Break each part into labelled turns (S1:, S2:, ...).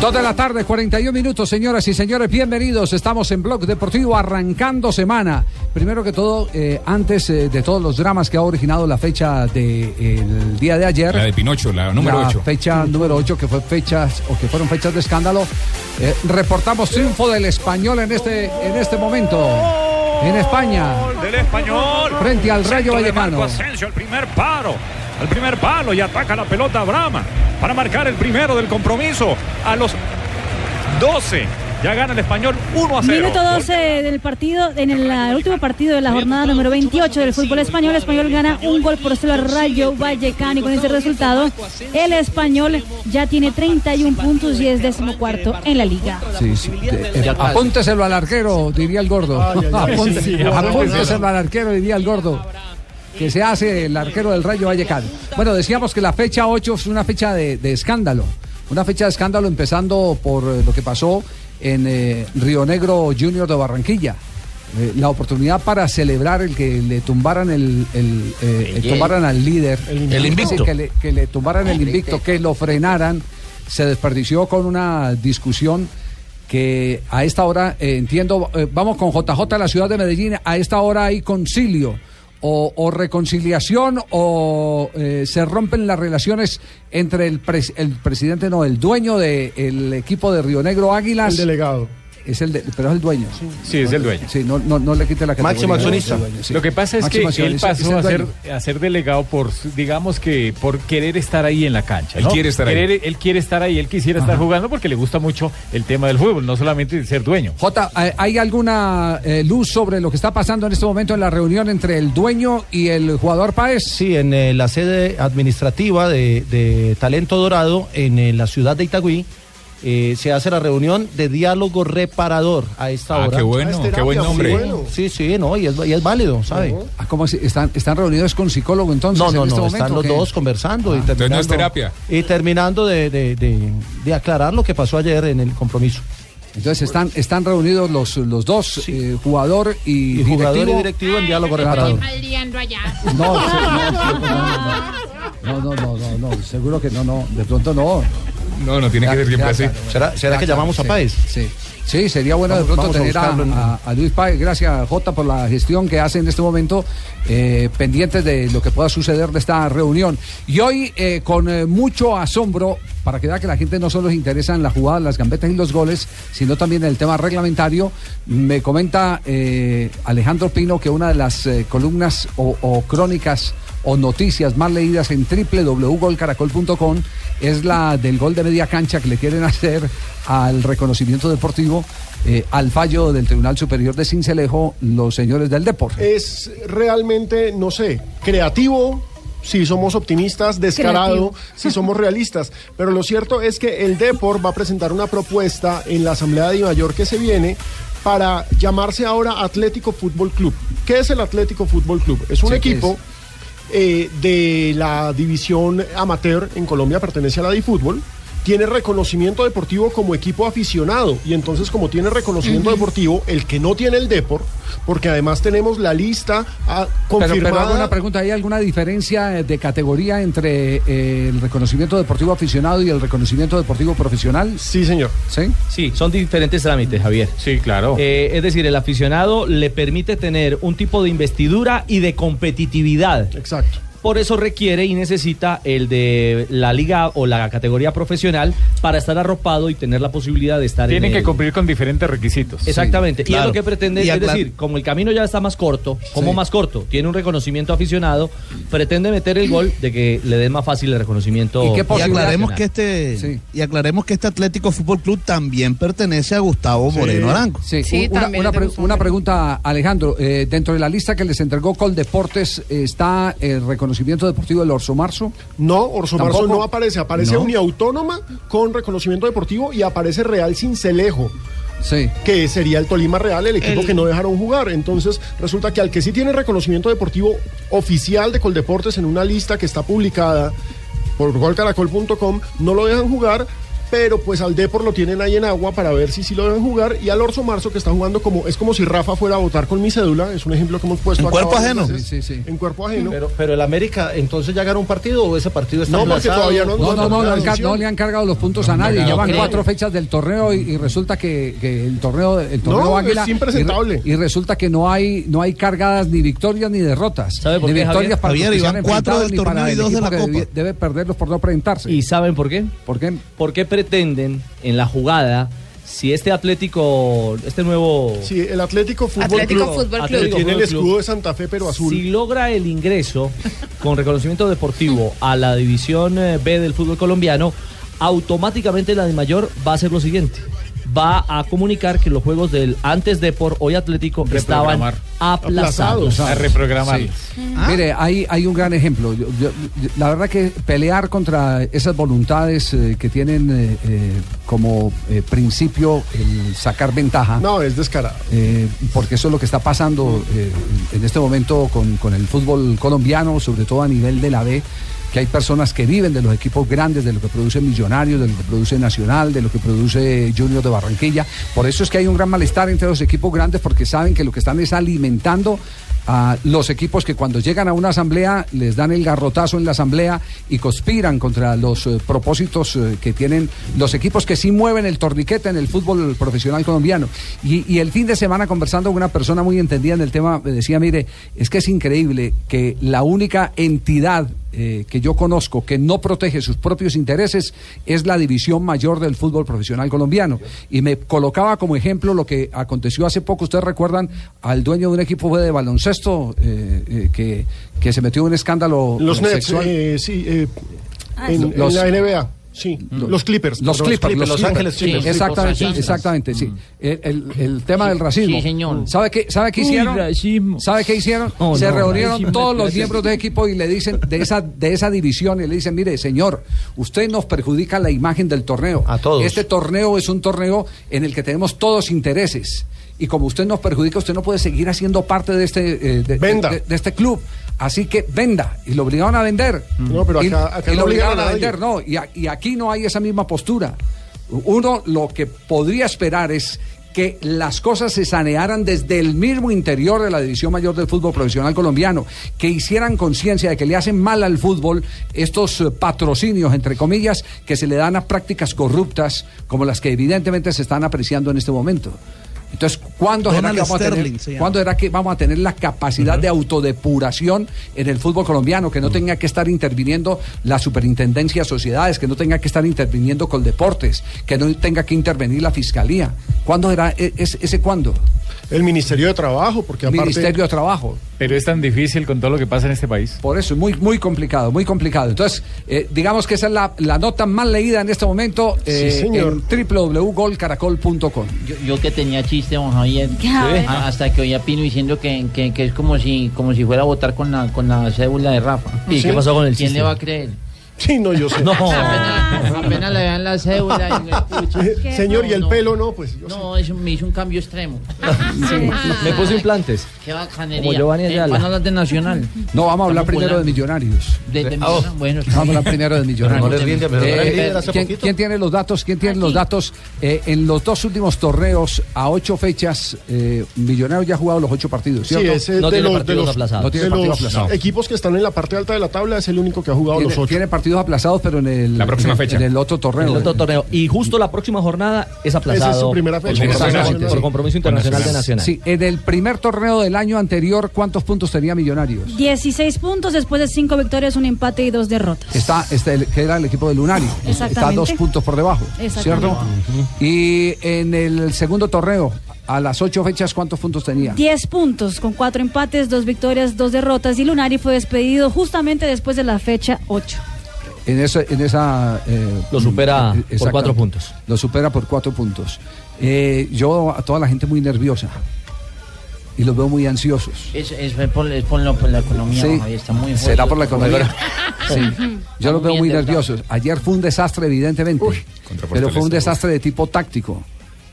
S1: Dos de la tarde, 41 minutos, señoras y señores, bienvenidos. Estamos en Blog Deportivo arrancando semana. Primero que todo, eh, antes eh, de todos los dramas que ha originado la fecha del día de ayer.
S2: La de Pinocho, la número
S1: la
S2: 8.
S1: fecha número 8 que fue fechas o que fueron fechas de escándalo. Eh, reportamos triunfo del español en este en este momento en España
S3: Gol del español.
S1: Frente al Rayo
S3: Centro de
S1: Vallecano.
S3: Marco Asensio, el primer paro. Al primer palo y ataca la pelota a Brahma para marcar el primero del compromiso a los 12. Ya gana el español 1 a 0.
S4: Minuto 12 del partido, en el ah, último partido de la jornada número 28 del fútbol español. El español gana un gol por cero al Rayo Vallecano y con ese resultado el español ya tiene 31 puntos y es decimocuarto en la liga.
S1: Sí, sí. Eh, apúnteselo al arquero, diría el gordo. Apunte- apúnteselo al arquero, diría el gordo. Que se hace el arquero del Rayo Vallecano. Bueno, decíamos que la fecha 8 es una fecha de, de escándalo. Una fecha de escándalo empezando por eh, lo que pasó en eh, Río Negro Junior de Barranquilla. Eh, la oportunidad para celebrar el que le tumbaran el, el, eh,
S5: Miguel.
S1: tumbaran al líder
S5: El invicto.
S1: que le, que le tumbaran el
S5: Hombre,
S1: invicto,
S5: te-
S1: que lo frenaran, se desperdició con una discusión que a esta hora, eh, entiendo, eh, vamos con JJ a la ciudad de Medellín, a esta hora hay concilio o, o reconciliación o eh, se rompen las relaciones entre el, pres- el presidente, no, el dueño del equipo de Río Negro Águilas.
S6: El delegado.
S1: Es el de- pero es el dueño.
S7: Sí, es el dueño.
S1: Sí, no, no, no le quite la categoría.
S6: Máximo accionista.
S1: Es el dueño, sí.
S7: Lo que pasa es
S1: Máximo
S7: que él
S1: accionista, es
S7: pasó
S1: el
S7: a ser,
S1: dueño.
S7: a ser delegado por, su- digamos que, por querer estar ahí en la cancha.
S2: Él
S7: ¿no?
S2: quiere estar ahí.
S7: Querer- Él quiere estar ahí, él quisiera estar jugando porque le gusta mucho el tema del fútbol, no solamente el ser dueño.
S1: Jota, eh, ¿hay- ¿hay alguna eh, luz sobre lo que está pasando en este momento en la reunión entre el dueño y el jugador Páez?
S5: Sí, en eh, la sede administrativa de, de Talento Dorado, en eh, la ciudad de Itagüí, eh, se hace la reunión de diálogo reparador a esta
S2: Ah,
S5: hora.
S2: qué bueno,
S6: Ah, es
S2: qué buen
S6: terapia,
S2: nombre.
S6: sí, bueno.
S5: Sí, sí, no, y es, y es válido, ¿sabe?
S1: Ah, ¿Cómo así? ¿Están, ¿Están reunidos con psicólogo entonces?
S5: No, no,
S1: en este
S5: no,
S1: momento,
S5: están los
S1: ¿o qué? Ah.
S5: dos conversando y
S2: Ah. entonces
S5: terminando,
S2: no es terapia.
S5: y terminando de, de- de- de aclarar lo que pasó ayer en el compromiso.
S1: Entonces están, están reunidos los, los dos, eh, jugador y,
S5: Y jugador y
S1: directivo. Ah,
S5: directivo en diálogo reparador.
S1: No, sí, no, no, no, no, no, no, no, seguro que no, no, de pronto no.
S2: No, no tiene que ser siempre así.
S5: ¿Será, será que llamamos a Páez?
S1: Paez? Sí, sí, sería bueno
S5: Vamos-
S1: de pronto
S5: vamos a
S1: tener a,
S5: buscarlo en-
S1: a- a Luis Páez. Gracias, Jota, por la gestión que hace en este momento, eh, pendientes de lo que pueda suceder de esta reunión. Y hoy, eh, con eh, mucho asombro, para que vea que la gente no solo se interesa en las jugadas, las gambetas y los goles, sino también en el tema reglamentario, me comenta eh, Alejandro Pino que una de las eh, columnas o, o crónicas o noticias más leídas en www.golcaracol.com es la del gol de media cancha que le quieren hacer al reconocimiento deportivo, eh, al fallo del Tribunal Superior de Cincelejo, los señores del deporte.
S6: Es realmente, no sé, creativo. Si somos optimistas, descarado,
S4: Creativo.
S6: si somos realistas. Pero lo cierto es que el Depor va a presentar una propuesta en la Asamblea de Mayor que se viene para llamarse ahora Atlético Fútbol Club. ¿Qué es el Atlético Fútbol Club? Es un
S1: Sí, ¿qué
S6: equipo eh, de la división amateur en Colombia pertenece a la de fútbol. Tiene reconocimiento deportivo como equipo aficionado y entonces como tiene reconocimiento deportivo, el que no tiene el Depor, porque además tenemos la lista ah,
S1: Pero, pero hago
S6: confirmada.
S1: una pregunta, ¿hay alguna diferencia eh, de categoría entre eh, el reconocimiento deportivo aficionado y el reconocimiento deportivo profesional?
S6: sí, señor.
S1: ¿Sí?
S8: Sí, son diferentes trámites, Javier.
S7: Sí, claro.
S8: Eh, es decir, el aficionado le permite tener un tipo de investidura y de competitividad
S6: Exacto.
S8: Por eso requiere y necesita el de la liga o la categoría profesional para estar arropado y tener la posibilidad de estar
S7: Tienen
S8: en
S7: que
S8: el-
S7: cumplir con diferentes requisitos.
S8: Exactamente. Y es lo que pretende,
S7: Y
S8: es
S7: aclar-
S8: decir, como el camino ya está más corto, como más corto, tiene un reconocimiento aficionado, pretende meter el gol de que le den más fácil el reconocimiento.
S9: y aclaremos
S8: nacional.
S9: que este y aclaremos que este Atlético Fútbol Club también pertenece a Gustavo Moreno Arango.
S1: Sí, un- una, una pre- una pregunta, Alejandro. Eh, dentro de la lista que les entregó Coldeportes, eh, ¿está el reconocimiento deportivo del Orso Marzo?
S6: No, Orso Marzo no aparece, aparece
S1: No.
S6: Uniautónoma con reconocimiento deportivo y aparece Real Cincelejo.
S1: Sí.
S6: Que sería el Tolima Real, el equipo que no dejaron jugar. Entonces, resulta que al que sí tiene reconocimiento deportivo oficial de Coldeportes en una lista que está publicada por golcaracol.com, no lo dejan jugar. Pero pues al Depor lo tienen ahí en agua para ver si sí lo dejan jugar. Y al Orso Marzo que está jugando como, es como si Rafa fuera a votar con mi cédula, es un ejemplo que hemos puesto acá varias veces.
S1: Sí, sí.
S6: En cuerpo ajeno.
S5: Pero, pero el América, entonces ya ganó un partido o ese partido está
S6: No, porque
S5: aplazado?
S6: todavía
S1: No, no, no, no, le han ca- no le han cargado los puntos a nadie.
S5: no,
S1: Llevan
S5: creo.
S1: cuatro fechas del torneo y, y resulta que, que el torneo, el torneo
S6: No, es
S1: Águila.
S6: impresentable.
S1: Y, re- y resulta que no hay, no hay cargadas ni victorias ni derrotas.
S8: ¿Sabe por
S1: ni
S8: qué,
S1: victorias
S8: Javier?
S1: para
S8: Javier,
S1: los que
S8: y
S1: se
S8: van
S1: han
S8: cuatro
S1: enfrentado,
S8: del
S1: ni
S8: torneo
S1: para
S8: y
S1: el
S8: dos de
S1: equipo
S8: la
S1: que
S8: Copa.
S1: debie- Debe perderlos por no presentarse.
S8: ¿Y saben por qué?
S1: ¿Por qué?
S8: Porque pretenden en la jugada, si este Atlético, este nuevo...
S6: Sí, el Atlético Fútbol
S8: Atlético
S6: Club.
S8: Fútbol Club.
S6: que
S8: Atlético
S6: tiene el
S8: Fútbol Club.
S6: escudo de Santa Fe, pero azul.
S8: Si logra el ingreso con reconocimiento deportivo a la división eh, B del fútbol colombiano, automáticamente la de mayor va a hacer lo siguiente. Va a comunicar que los juegos del antes Depor, hoy Atlético, estaban
S7: Reprogramar.
S8: aplazados.
S7: A reprogramarlos.
S1: Ah. Mire, hay, hay un gran ejemplo. Yo- yo- yo- la verdad que pelear contra esas voluntades eh, que tienen eh, eh, como eh, principio el sacar ventaja.
S6: No, es descarado.
S1: Eh, porque eso es lo que está pasando eh, en este momento con, con el fútbol colombiano, sobre todo a nivel de la B, que hay personas que viven de los equipos grandes, de lo que produce Millonarios, de lo que produce Nacional, de lo que produce Junior de Barranquilla. Por eso es que hay un gran malestar entre los equipos grandes, porque saben que lo que están es alimentando a los equipos que cuando llegan a una asamblea les dan el garrotazo en la asamblea y conspiran contra los eh, propósitos eh, que tienen los equipos que sí mueven el torniquete en el fútbol profesional colombiano. Y, y el fin de semana conversando con una persona muy entendida en el tema me decía, mire, es que es increíble que la única entidad eh, que yo conozco que no protege sus propios intereses es la división mayor del fútbol profesional colombiano. Y me colocaba como ejemplo lo que aconteció hace poco, ustedes recuerdan, al dueño de un equipo de baloncesto eh, eh, que, que se metió en un escándalo
S6: Los
S1: eh,
S6: Nets,
S1: sexual.
S6: eh, sí, eh,
S1: Ah,
S6: en,
S1: sí.
S6: en
S1: Los- Mm.
S6: la NBA. Sí, los Clippers.
S1: Los
S6: perdón,
S1: Clippers, los Clippers. Sí, exactamente,
S6: Los Clippers. Mm.
S1: exactamente, sí. El, el- el tema del racismo. ¿Sabe qué, sabe qué
S10: Uy,
S1: hicieron? ¿Sabe qué hicieron?
S10: No,
S1: Se
S10: no,
S1: reunieron
S10: racismo,
S1: todos los
S10: gracias.
S1: miembros de equipo y le dicen de esa de esa división y le dicen, "Mire, señor, usted nos perjudica la imagen del torneo. A
S5: todos.
S1: Este torneo es un torneo en el que tenemos todos intereses." Y como usted nos perjudica, usted no puede seguir haciendo parte de este, eh, de,
S6: Venda.
S1: de- de este club. Así que venda. Y lo obligaron a vender.
S6: No, pero
S1: Y-
S6: acá- acá
S1: y
S6: no
S1: lo
S6: obligaron
S1: obligaron
S6: a
S1: a
S6: nadie.
S1: vender, no, y, a- y aquí no hay esa misma postura. Uno lo que podría esperar es que las cosas se sanearan desde el mismo interior de la División Mayor del Fútbol Profesional Colombiano, que hicieran conciencia de que le hacen mal al fútbol estos eh, patrocinios, entre comillas, que se le dan a prácticas corruptas como las que evidentemente se están apreciando en este momento. Entonces, ¿cuándo será,
S9: Donald
S1: que vamos a tener,
S9: Sterling se llama.
S1: ¿cuándo será que vamos a tener la capacidad de autodepuración en el fútbol colombiano? Que no tenga que estar interviniendo la superintendencia de sociedades, que no tenga que estar interviniendo con deportes, que no tenga que intervenir la fiscalía. ¿Cuándo será e- es- ese cuándo?
S6: El Ministerio de Trabajo, porque aparte...
S1: Ministerio de Trabajo.
S7: Pero es tan difícil con todo lo que pasa en este país.
S1: Por eso es muy, muy complicado, muy complicado. Entonces, eh, digamos que esa es la, la nota más leída en este momento eh,
S11: señor.
S1: en www.golcaracol.com.
S11: Yo, yo que tenía chiste, don Javier,
S1: ¿Qué? A ver.
S11: a- hasta que oía Pino diciendo que, que- que es como si, como si fuera a votar con la, con la cédula de Rafa.
S8: ¿Y qué pasó con el
S11: ¿Quién
S8: chiste?
S11: le va a creer?
S6: Sí, no, yo sé.
S11: No. Apenas, apenas le vean la cédula. y-
S6: Eh, Señor, ¿y el
S11: No, no.
S6: pelo no? Pues yo
S11: No, eso me hizo un cambio extremo.
S8: Me puso implantes.
S11: Qué bacanería.
S8: Como Giovanni
S11: Eh,
S8: Ayala.
S11: van a hablar de Nacional.
S1: No, vamos a hablar
S11: Estamos
S1: primero de
S11: volando.
S1: Millonarios.
S11: De- de
S1: Ah,
S11: Millonarios,
S1: oh.
S11: bueno, está
S1: vamos a hablar
S11: bien.
S1: primero de Millonarios.
S11: Pero no le rinde, pero
S1: Eh,
S11: no le rinde hace
S1: ¿quién, quién tiene los datos? ¿Quién tiene los datos? Eh, en los dos últimos torneos, a ocho fechas, eh, Millonarios ya ha jugado los ocho partidos,
S6: Sí,
S1: ¿cierto?
S6: ese de los, de los-
S1: No tiene
S6: de
S1: partidos
S6: los eh,
S1: aplazados.
S6: equipos que están en la parte alta de la tabla es el único que ha jugado
S1: Tiene-
S6: los ocho.
S1: tiene partidos partidos aplazados, pero en el,
S8: La próxima
S1: en el-
S8: fecha.
S1: en el otro torneo.
S8: El otro torneo. Y justo la próxima jornada es aplazado.
S1: Esa es su primera fecha.
S8: Por compromiso,
S1: Exactamente,
S8: por
S1: sí.
S8: compromiso internacional de Nacional.
S1: Sí, en el primer torneo del año anterior, ¿cuántos puntos tenía Millonarios?
S4: 16 puntos después de 5 victorias, un empate y dos derrotas.
S1: Está, está el- que era el equipo de Lunari. Está
S4: Exactamente.
S1: dos puntos por debajo,
S4: Exactamente.
S1: ¿cierto? Y en el segundo torneo, a las ocho fechas, ¿cuántos puntos tenía?
S4: 10 puntos con 4 empates, 2 victorias, 2 derrotas y Lunari fue despedido justamente después de la fecha 8.
S1: En esa, en esa eh,
S8: Lo supera
S1: eh,
S8: por
S1: exacta-
S8: cuatro puntos.
S1: Lo supera por cuatro puntos. Eh, yo a toda la gente muy nerviosa y los veo muy ansiosos.
S11: Es, es, por, es por, lo- por la economía,
S1: Sí.
S11: Javier, está muy
S1: Será
S11: jodido.
S1: por la economía. Sí. Yo los veo muy
S11: Muy endeudado.
S1: nerviosos. Ayer fue un desastre, evidentemente, pero fue un desastre de tipo táctico.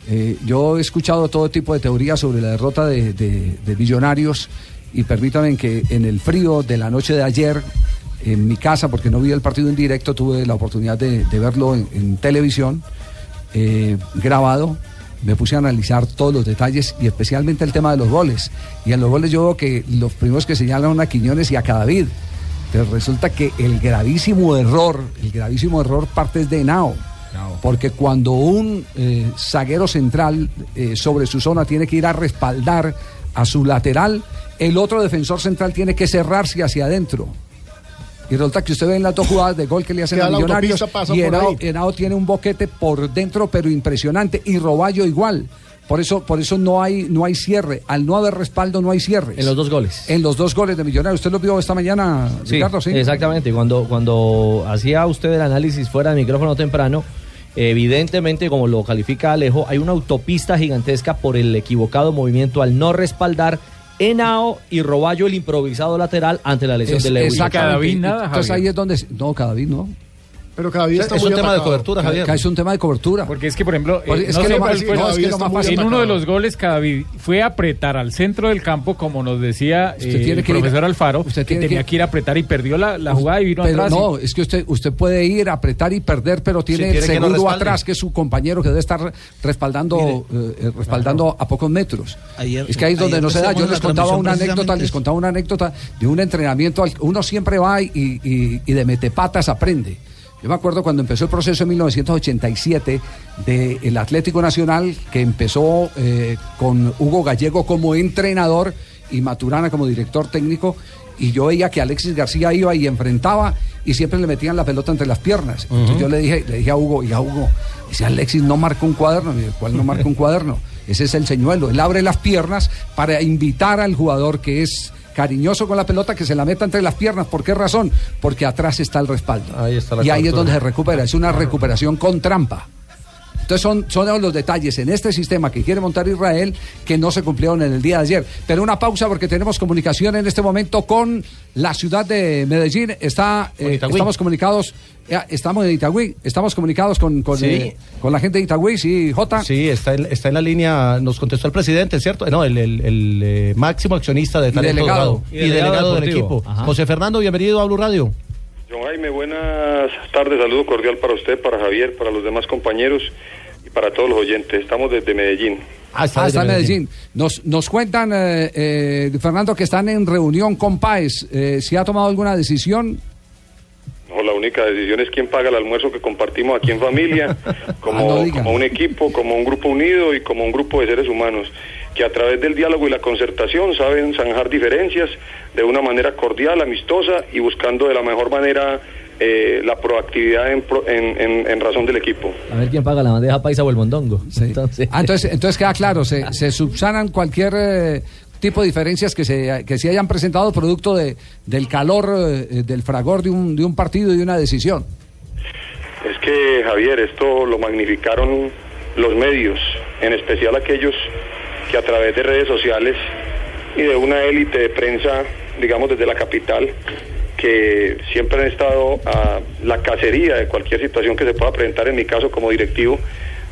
S1: Eh, yo he escuchado todo tipo de teorías sobre la derrota de, de- de Millonarios y permítanme que en el frío de la noche de ayer, en mi casa, porque no vi el partido en directo, tuve la oportunidad de, de verlo en, en televisión, eh, grabado. Me puse a analizar todos los detalles y especialmente el tema de los goles. Y en los goles yo veo que los primeros que señalan a Quiñones y a Cadavid. Pero resulta que el gravísimo error, el gravísimo error parte es de Henao. Porque cuando un eh, zaguero central eh, sobre su zona tiene que ir a respaldar a su lateral, el otro defensor central tiene que cerrarse hacia adentro. Y resulta que usted ve en las dos jugadas de gol que le hacen
S6: Queda
S1: a
S6: la
S1: Millonarios
S6: autopista, pasa
S1: y
S6: por
S1: Henao,
S6: ahí.
S1: Henao tiene un boquete por dentro pero impresionante y Roballo igual. Por eso, por eso no hay, no hay cierre. Al no haber respaldo no hay cierre.
S8: En los dos goles.
S1: En los dos goles de Millonarios. Usted lo vio esta mañana,
S8: Sí, Eh,
S1: Ricardo, sí.
S8: exactamente. Cuando, cuando hacía usted el análisis fuera del micrófono temprano, evidentemente, como lo califica Alejo, hay una autopista gigantesca por el equivocado movimiento al no respaldar Henao y Roballo, el improvisado lateral, ante la lesión
S1: Es-
S8: de Lewis.
S1: exactamente. Entonces ahí es donde. No, Cadavid no. Pero Cadavid
S8: está Es muy un tema de atacado. cobertura, Javier.
S1: Es un tema de cobertura.
S7: Porque es que, por ejemplo,
S1: Por-
S7: eh,
S1: es
S7: no
S1: que
S7: sé
S1: lo
S7: cuál
S1: más-
S7: fue-
S1: no, es que lo más fácil
S7: en uno
S1: atacado.
S7: de los goles, Cadavid fue apretar al centro del campo, como nos decía
S1: Usted
S7: eh,
S1: tiene
S7: el
S1: que ir-
S7: profesor Alfaro, que
S1: tiene
S7: tenía
S1: que- Pues,
S7: que ir a apretar y perdió la, la jugada y vino
S1: Pero
S7: atrás. y-
S1: no, es que usted, usted puede ir a apretar y perder, pero tiene
S7: quiere
S1: el
S7: que lo
S1: segundo
S7: respalden.
S1: atrás, que es su compañero que debe estar respaldando, eh, respaldando a pocos metros.
S9: Ayer-
S1: es que ahí es donde
S9: ayer
S1: no se da.
S9: decíamos
S1: Yo
S9: en
S1: les
S9: la
S1: contaba
S9: transmisión
S1: una
S9: precisamente
S1: anécdota, les
S9: eso.
S1: contaba una anécdota de un entrenamiento al uno siempre va y, y- y de metepatas aprende. Yo me acuerdo cuando empezó el proceso en 1987 del Atlético Nacional, que empezó eh, con Hugo Gallego como entrenador y Maturana como director técnico, y yo veía que Alexis García iba y enfrentaba y siempre le metían la pelota entre las piernas. Entonces
S10: Ujú.
S1: yo le dije, le dije a Hugo, y a Hugo, ese Alexis no marca un cuaderno, Me dijo, ¿cuál no marca un cuaderno? Ese es el señuelo, él abre las piernas para invitar al jugador que es cariñoso con la pelota que se la meta entre las piernas. ¿Por qué razón? Porque atrás está el respaldo.
S5: la
S1: y ahí es
S5: cobertura.
S1: donde se recupera, es una recuperación con trampa. Entonces son, son los detalles en este sistema que quiere montar Israel que no se cumplieron en el día de ayer. Pero una pausa porque tenemos comunicación en este momento con la ciudad de Medellín. Está, eh,
S5: Itagüí.
S1: estamos comunicados, eh, estamos en Itagüí, estamos comunicados con, con,
S5: Sí.
S1: eh, con la gente de Itagüí, sí, Jota.
S5: Sí, está en, está en la línea, nos contestó el presidente, ¿cierto? No, el, el- el, eh, máximo accionista de
S1: Y
S5: Talento
S1: delegado.
S5: Dorado
S1: Y
S5: y,
S1: delegado
S5: delegado, del
S12: deportivo.
S5: equipo.
S12: Ajá.
S5: José Fernando, bienvenido a Blue Radio.
S12: John Jaime, buenas tardes, saludo cordial para usted, para Javier, para los demás compañeros y para todos los oyentes. Estamos desde Medellín.
S1: Ah, está, en Medellín. Nos, nos cuentan, eh, eh, Fernando, que están en reunión con Páez. Eh, si ha tomado alguna decisión,
S12: No, la única decisión es quién paga el almuerzo que compartimos aquí en familia, como, como un equipo, como un grupo unido y como un grupo de seres humanos que a través del diálogo y la concertación saben zanjar diferencias de una manera cordial, amistosa y buscando de la mejor manera eh, la proactividad en pro- en- en- en razón del equipo.
S8: A ver quién paga la bandeja paisa o el mondongo. Entonces,
S1: Ah, entonces, entonces queda claro, se, se subsanan cualquier eh, tipo de diferencias que se, que se hayan presentado producto de, del calor, eh, del fragor de un, de un partido y de una decisión.
S12: Es que, Javier, esto lo magnificaron los medios, en especial aquellos que a través de redes sociales y de una élite de prensa, digamos desde la capital, que siempre han estado a la cacería de cualquier situación que se pueda presentar, en mi caso como directivo,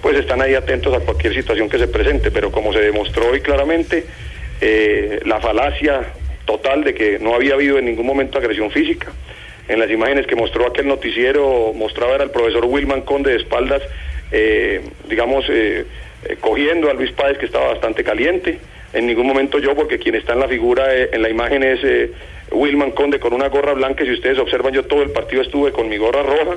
S12: pues están ahí atentos a cualquier situación que se presente, pero como se demostró hoy claramente, eh, la falacia total de que no había habido en ningún momento agresión física. En las imágenes que mostró aquel noticiero, mostraba era al profesor Wilman Conde de espaldas, eh, digamos, eh, eh, cogiendo a Luis Páez que estaba bastante caliente. En ningún momento yo, porque quien está en la figura, eh, en la imagen es eh, Wilman Conde con una gorra blanca, y si ustedes observan, yo todo el partido estuve con mi gorra roja.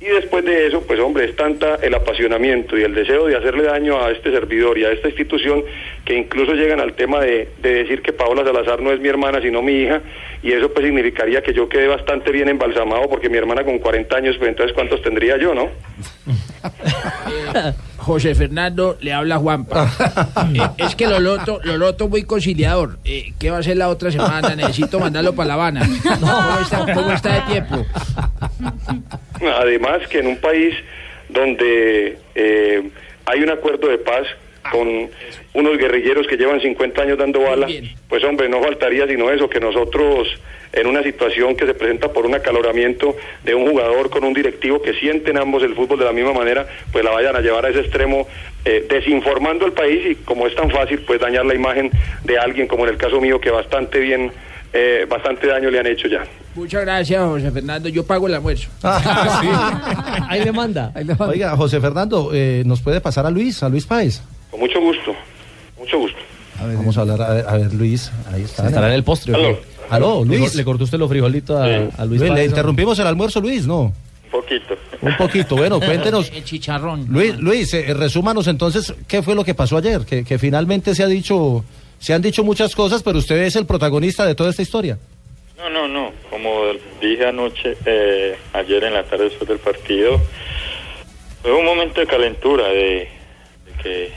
S12: Y después de eso, pues hombre, es tanta el apasionamiento y el deseo de hacerle daño a este servidor y a esta institución que incluso llegan al tema de, de decir que Paola Salazar no es mi hermana, sino mi hija, y eso pues significaría que yo quedé bastante bien embalsamado porque mi hermana con 40 años, pues entonces ¿cuántos tendría yo, no?
S10: José Fernando le habla a Juanpa. Eh, es que lo loto, lo loto muy conciliador. Eh, ¿Qué va a hacer la otra semana? Necesito mandarlo para La Habana. ¿Cómo está, cómo está de tiempo?
S12: Además que en un país donde eh, hay un acuerdo de paz con unos guerrilleros que llevan 50 años dando bala, pues hombre, no faltaría sino eso, que nosotros en una situación que se presenta por un acaloramiento de un jugador con un directivo que sienten ambos el fútbol de la misma manera, pues la vayan a llevar a ese extremo eh, desinformando al país y como es tan fácil, pues dañar la imagen de alguien como en el caso mío que bastante bien, eh, bastante daño le han hecho ya.
S10: Muchas gracias, José Fernando. Yo pago el almuerzo.
S1: Ah,
S5: Ahí le manda. Oiga, José Fernando, eh, ¿nos puede pasar a Luis, a Luis Páez?
S12: Con mucho gusto, mucho gusto.
S5: Vamos a hablar, a ver, a ver, Luis, ahí está.
S8: Estará en el postre. ¿o
S5: Aló.
S8: qué?
S5: Aló,
S8: Le-
S5: Luis.
S8: Le cortó usted los frijolitos a, a Luis.
S5: Luis,
S8: Páez,
S5: le
S8: ¿no?
S5: interrumpimos el almuerzo, Luis, ¿no?
S12: Un poquito.
S5: Un poquito, bueno, cuéntenos.
S11: El chicharrón.
S5: Luis, Luis, eh, resúmanos entonces qué fue lo que pasó ayer, que, que finalmente se ha dicho, se han dicho muchas cosas, pero usted es el protagonista de toda esta historia.
S13: No, no, no. Como dije anoche, eh, ayer en la tarde después del partido, fue un momento de calentura de, de que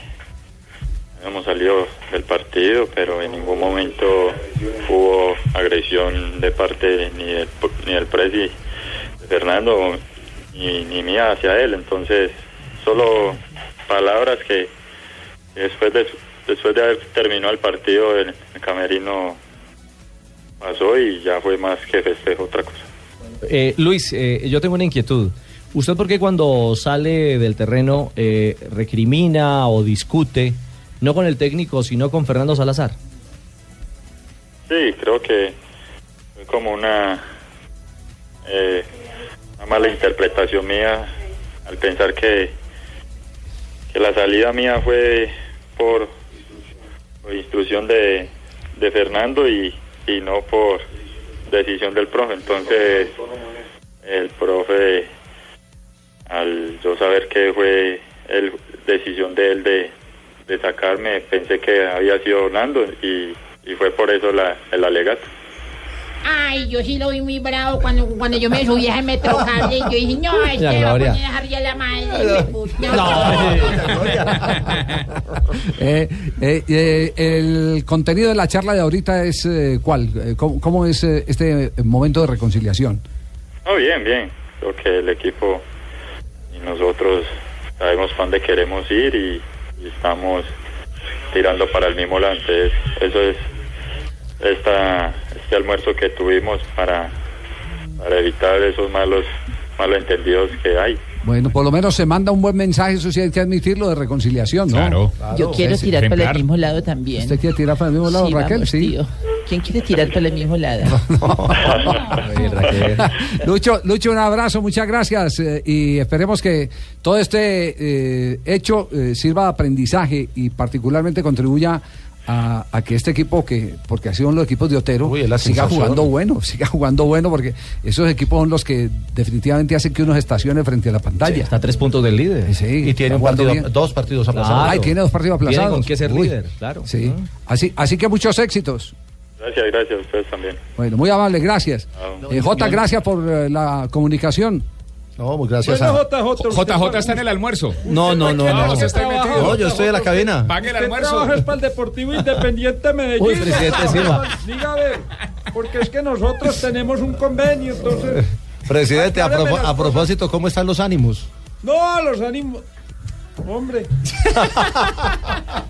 S13: hemos salido del partido, pero en ningún momento hubo agresión de parte ni del, ni del presi de Fernando ni, ni mía hacia él. Entonces, solo palabras que que después de, después de haber terminado el partido, el- el camerino pasó y ya fue más que festejo otra cosa.
S8: Eh, Luis, eh, yo tengo una inquietud. ¿Usted por qué cuando sale del terreno eh, recrimina o discute, no con el técnico, sino con Fernando Salazar?
S13: Sí, creo que fue como una, eh, una mala interpretación mía al pensar que, que la salida mía fue por, por instrucción de, de Fernando y, y no por decisión del profe. Entonces, el profe, al yo saber que fue el, decisión de él de, de sacarme, pensé que había sido Nando y y fue por eso la, el alegato.
S14: Ay, yo sí lo vi muy bravo cuando, cuando yo me subí a ese metro cable y yo dije, no, este
S13: Ya,
S14: va a
S13: Gloria.
S14: poner a Javier la madre.
S1: No. Eh, eh, eh, el contenido de la charla de ahorita es eh, cuál? Eh, ¿Cómo, cómo es eh, este momento de reconciliación?
S13: No, bien, bien. Creo que el equipo y nosotros sabemos para dónde queremos ir y, y estamos tirando para el mismo lado. Entonces, eso es esta, este almuerzo que tuvimos para, para evitar esos malos malos entendidos que hay.
S1: Bueno, por lo menos se manda un buen mensaje, eso sí hay que admitirlo, de reconciliación, ¿no?
S13: Claro.
S11: Yo quiero
S1: Sí, sí.
S11: tirar para el mismo lado también.
S1: ¿Usted quiere tirar para el mismo lado,
S11: Sí,
S1: Raquel?
S11: vamos,
S1: sí.
S11: tío. ¿Quién quiere tirar para el mismo lado?
S1: Lucho, Lucho, un abrazo, muchas gracias eh, y esperemos que todo este eh, hecho eh, sirva de aprendizaje y particularmente contribuya a, a que este equipo, que porque ha sido uno de los equipos de Otero, siga
S5: sensación.
S1: jugando bueno, siga jugando bueno porque esos equipos son los que definitivamente hacen que uno se estacione frente a la pantalla.
S8: Está a tres puntos del líder.
S1: Sí,
S5: Y
S1: está
S5: tiene un
S1: jugando
S5: partido,
S1: bien.
S5: dos partidos
S1: Claro.
S5: aplazados.
S1: Ay, tiene dos partidos aplazados.
S5: con qué ser
S1: Uy.
S5: líder,
S8: claro.
S1: Sí. Así, así que muchos éxitos.
S13: Gracias, gracias a ustedes también.
S1: Bueno, muy amable, gracias.
S13: Chao.
S1: Eh, Jota, gracias por eh, la comunicación.
S5: No, muy
S1: pues gracias
S2: Bueno,
S1: a-
S2: JJ, JJ está en el almuerzo.
S5: No, no, no, no.
S2: Usted está ahí metido.
S5: No, yo estoy en la cabina.
S2: Pague el
S15: Usted
S2: almuerzo.
S15: trabaja es para el Deportivo Independiente Medellín.
S5: Uy, presidente Silva.
S15: Diga a ver, porque es que nosotros tenemos un convenio, entonces.
S5: Presidente, a, propo- a propósito, ¿cómo están los ánimos?
S15: No, los ánimos. Hombre.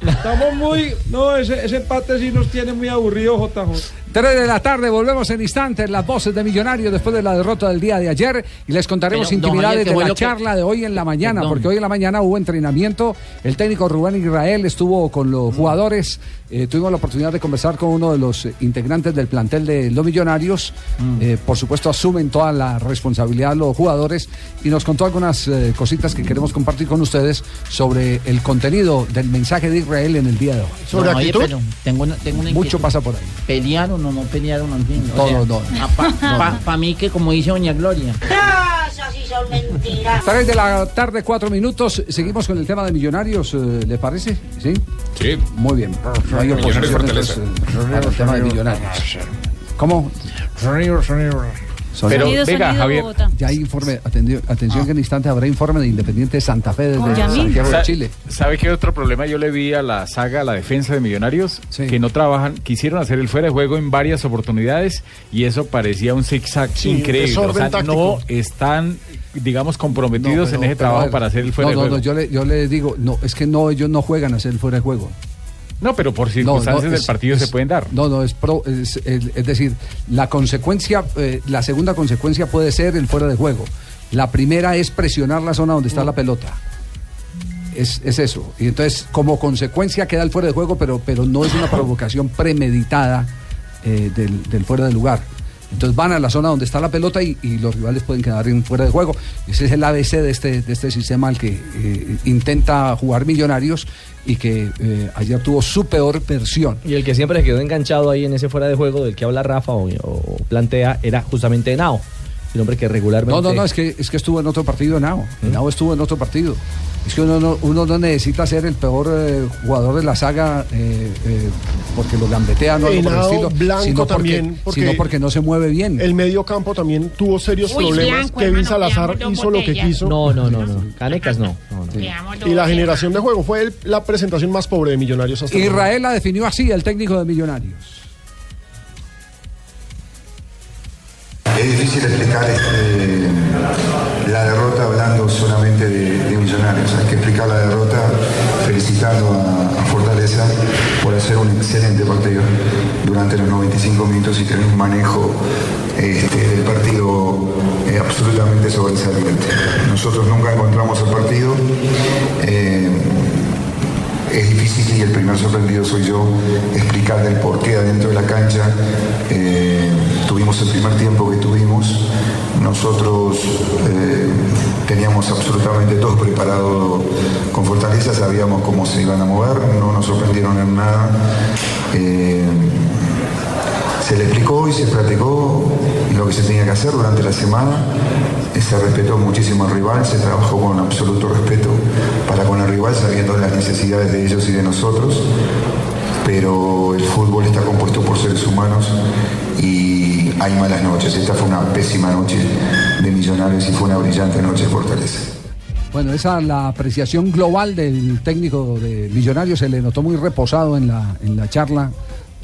S15: Estamos muy. No, ese, ese empate sí nos tiene muy aburrido, JJ.
S1: 3 de la tarde, volvemos en instantes las voces de Millonarios después de la derrota del día de ayer y les contaremos
S10: Pero, don
S1: intimidades
S10: Javier, ¿qué
S1: de
S10: fue
S1: la
S10: lo que-
S1: charla de hoy en la mañana,
S10: Perdón.
S1: porque hoy en la mañana hubo entrenamiento, el técnico Rubén Israel estuvo con
S11: Mm.
S1: los jugadores, eh, tuvimos la oportunidad de conversar con uno de los eh, integrantes del plantel de los Millonarios,
S11: Mm.
S1: Eh, por supuesto asumen toda la responsabilidad los jugadores y nos contó algunas eh, cositas que queremos compartir con ustedes sobre el contenido del mensaje mensaje de Israel en el día de hoy?
S11: No, oye, pero tengo una, tengo una
S1: Mucho
S11: inquietud.
S1: pasa por ahí.
S11: ¿Pelearon o no pelearon? En fin,
S1: No, no,
S11: Para mí que, como dice Doña Gloria,
S14: así son mentiras.
S1: 3 de la tarde, 4 minutos. Seguimos con el tema de millonarios, eh, ¿le parece? Sí.
S2: Sí.
S1: Muy bien.
S7: Ah,
S1: No hay
S2: Millonarios
S1: oposición,
S2: Fortaleza.
S1: entonces, eh, al tema de millonarios. ¿Cómo?
S2: Pero, Sonido, venga, sonido, Javier. Bogotá.
S1: Ya hay informe, atendió- atención que en instante habrá informe de Independiente Santa Fe desde Santiago de
S7: Ah. Sa-
S1: Chile.
S7: ¿Sabe qué otro problema yo le vi a la saga, a la defensa de Millonarios? Que no trabajan, quisieron hacer el fuera de juego en varias oportunidades y eso parecía un zigzag
S6: Sí, un
S7: increíble. O
S6: desorden
S7: sea, no
S6: táctico.
S7: están, digamos, comprometidos en ese
S1: Pero, a
S7: trabajo
S1: ver,
S7: para hacer el fuera
S1: no,
S7: de
S1: no,
S7: juego.
S1: No, yo le, yo le digo, no, es que no, ellos no juegan a hacer el fuera de juego.
S7: No, pero por
S1: No, no,
S7: circunstancias del
S1: es-
S7: partido
S1: es-
S7: se pueden dar.
S1: No, no, es, pro- es, el- es decir, la consecuencia, eh, la segunda consecuencia puede ser el fuera de juego. La primera es presionar la zona donde está la pelota. Es, es eso. Y entonces, como consecuencia queda el fuera de juego, pero, pero no es una provocación premeditada eh, del, del fuera de lugar. Entonces van a la zona donde está la pelota y, y los rivales pueden quedar en fuera de juego. Ese es el ABC de este, de este sistema al que eh, intenta jugar Millonarios y que eh, ayer tuvo su peor versión.
S8: Y el que siempre se quedó enganchado ahí en ese fuera de juego del que habla Rafa o, o plantea era justamente Henao, el hombre que regularmente.
S1: No, no, no, es que, es que estuvo en otro partido Nao.
S6: ¿Eh?
S1: Nao estuvo en otro partido. Es que uno no, uno no necesita ser el peor eh, jugador de la saga eh, eh, porque lo gambetean o algo por el
S6: Henao
S1: estilo.
S6: Blanco
S1: sino porque-
S6: también, porque-
S1: sino porque no se mueve bien.
S6: El medio campo también tuvo serios
S1: Uy,
S6: problemas.
S1: Blanco,
S6: Kevin
S1: hermano,
S6: Salazar
S1: veamos dos
S6: hizo lo que
S1: botellas.
S6: quiso.
S8: No, no, no, no. Canecas no. no, no.
S6: Y la generación de juego fue el- la presentación más pobre de Millonarios hasta ahora.
S1: Israel la definió así, el técnico de Millonarios.
S16: Es difícil explicar este, la derrota hablando solamente de, de millonarios. Hay que explicar la derrota felicitando a, a Fortaleza por hacer un excelente partido durante los 95 minutos y tener un manejo este, del partido eh, absolutamente sobresaliente. Nosotros nunca encontramos el partido. eh, es difícil y el primer sorprendido soy yo explicar del por qué adentro de la cancha eh, tuvimos el primer tiempo que tuvimos. Nosotros eh, teníamos absolutamente todo preparado con fortaleza, sabíamos cómo se iban a mover, no nos sorprendieron en nada. Eh, se le explicó y se platicó lo que se tenía que hacer durante la semana. Eh, Se respetó muchísimo al rival, se trabajó con absoluto respeto para con el rival, sabiendo las necesidades de ellos y de nosotros. Pero el fútbol está compuesto por seres humanos y hay malas noches. Esta fue una pésima noche de Millonarios y fue una brillante noche de Fortaleza.
S1: Bueno, esa la apreciación global del técnico de Millonarios se le notó muy reposado en la, en la charla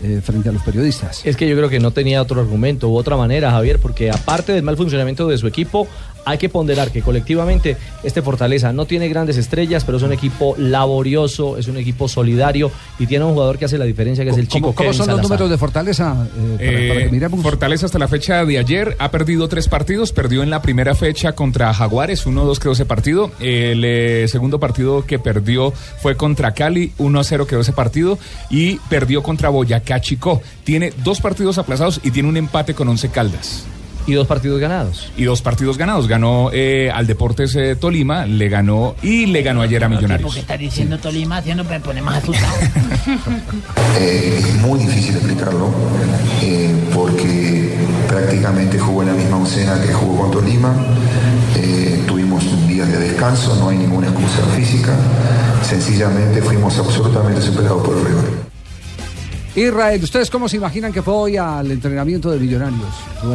S1: eh, frente a los periodistas.
S8: Es que yo creo que no tenía otro argumento u otra manera, Javier, porque aparte del mal funcionamiento de su equipo, hay que ponderar que colectivamente este Fortaleza no tiene grandes estrellas, pero es un equipo laborioso, es un equipo solidario y tiene un jugador que hace la diferencia, que es el chico
S1: ¿Cómo
S8: Kevin
S1: son los
S8: Salazar.
S1: números de Fortaleza? eh, para- para que
S2: Eh, Fortaleza hasta la fecha de ayer ha perdido tres partidos. Perdió en la primera fecha contra Jaguares, 1-2 quedó ese partido. El eh, segundo partido que perdió fue contra Cali, 1-0 quedó ese partido. Y perdió contra Boyacá Chico. Tiene dos partidos aplazados y tiene un empate con 11 Caldas.
S8: Y dos partidos ganados.
S2: Y dos partidos ganados. Ganó eh, al Deportes eh, Tolima, le ganó y le ganó ayer a
S14: Porque
S2: Millonarios.
S14: estás diciendo Tolima, haciendo me pone más asustado.
S16: Eh, es muy difícil explicarlo eh, porque prácticamente jugó en la misma oncena que jugó con Tolima. Eh, tuvimos días de descanso, no hay ninguna excusa física. Sencillamente fuimos absolutamente superados por el rival.
S1: Israel, ¿ustedes cómo se imaginan que fue hoy al entrenamiento eh, de Millonarios?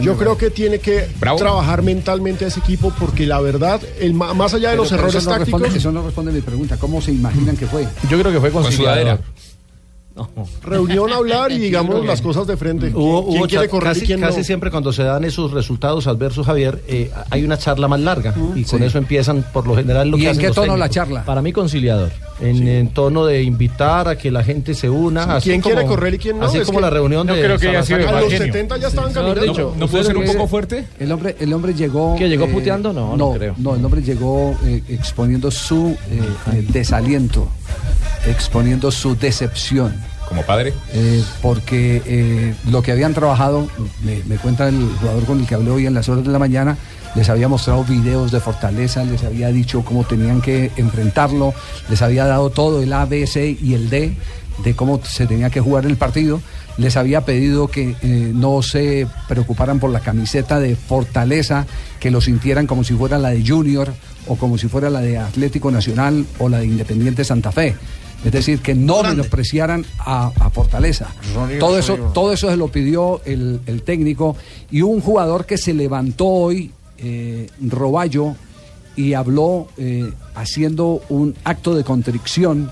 S6: Yo creo que tiene que trabajar mentalmente a ese equipo porque la verdad, el, ma- más allá de
S1: Pero-
S6: los
S1: pero
S6: errores
S1: eso no
S6: tácticos,
S1: responde- eso no responde a mi pregunta. ¿Cómo se imaginan que fue?
S8: Yo creo que fue
S6: Con
S5: sudadera.
S6: reunión, hablar y digamos las cosas de frente.
S5: Hubo-
S6: ¿Quién
S5: hubo
S6: quiere
S5: cha-
S6: correr y
S5: casi,
S6: quién
S5: casi
S6: no?
S5: siempre cuando se dan esos resultados adversos, Javier, eh, hay una charla más larga y con eso empiezan por lo general lo
S8: Ah, ¿Y
S5: que
S8: en
S5: hacen
S8: qué
S5: los
S8: tono la
S5: técnicos.
S8: charla?
S5: Para mí conciliador, en, en tono de invitar a que la gente se una.
S8: Sí,
S5: así
S8: ¿quién
S5: como-
S8: quiere correr y quién no?
S5: Así
S8: Es
S5: como
S8: que
S5: la reunión
S8: no
S5: de
S8: creo que haya sido
S5: Salazar.
S8: de
S5: A los
S8: mal genio.
S6: 70 ya estaban
S5: Mejor
S6: caminando.
S5: dicho,
S6: ¿No puede ser un poco
S1: fuerte? El hombre, el hombre llegó. eh,
S5: ¿Que llegó puteando? No, no creo.
S1: No, el hombre llegó eh, exponiendo su eh, eh, desaliento, exponiendo su decepción.
S2: como padre?
S1: eh, porque eh, lo que habían trabajado, me, me cuenta el jugador con el que hablé hoy en las horas de la mañana, les había mostrado videos de fortaleza, les había dicho cómo tenían que enfrentarlo, les había dado todo el A, B, C y el D de cómo se tenía que jugar el partido. Les había pedido que eh, no se preocuparan por la camiseta de Fortaleza, que lo sintieran como si fuera la de Junior o como si fuera la de Atlético Nacional o la de Independiente Santa Fe. Es decir, que no menospreciaran a, a Fortaleza.
S17: Sonido,
S1: Todo eso,
S17: sonido.
S1: todo eso se lo pidió el, el técnico. Y un jugador que se levantó hoy, eh, Roballo, y habló eh, haciendo un acto de contrición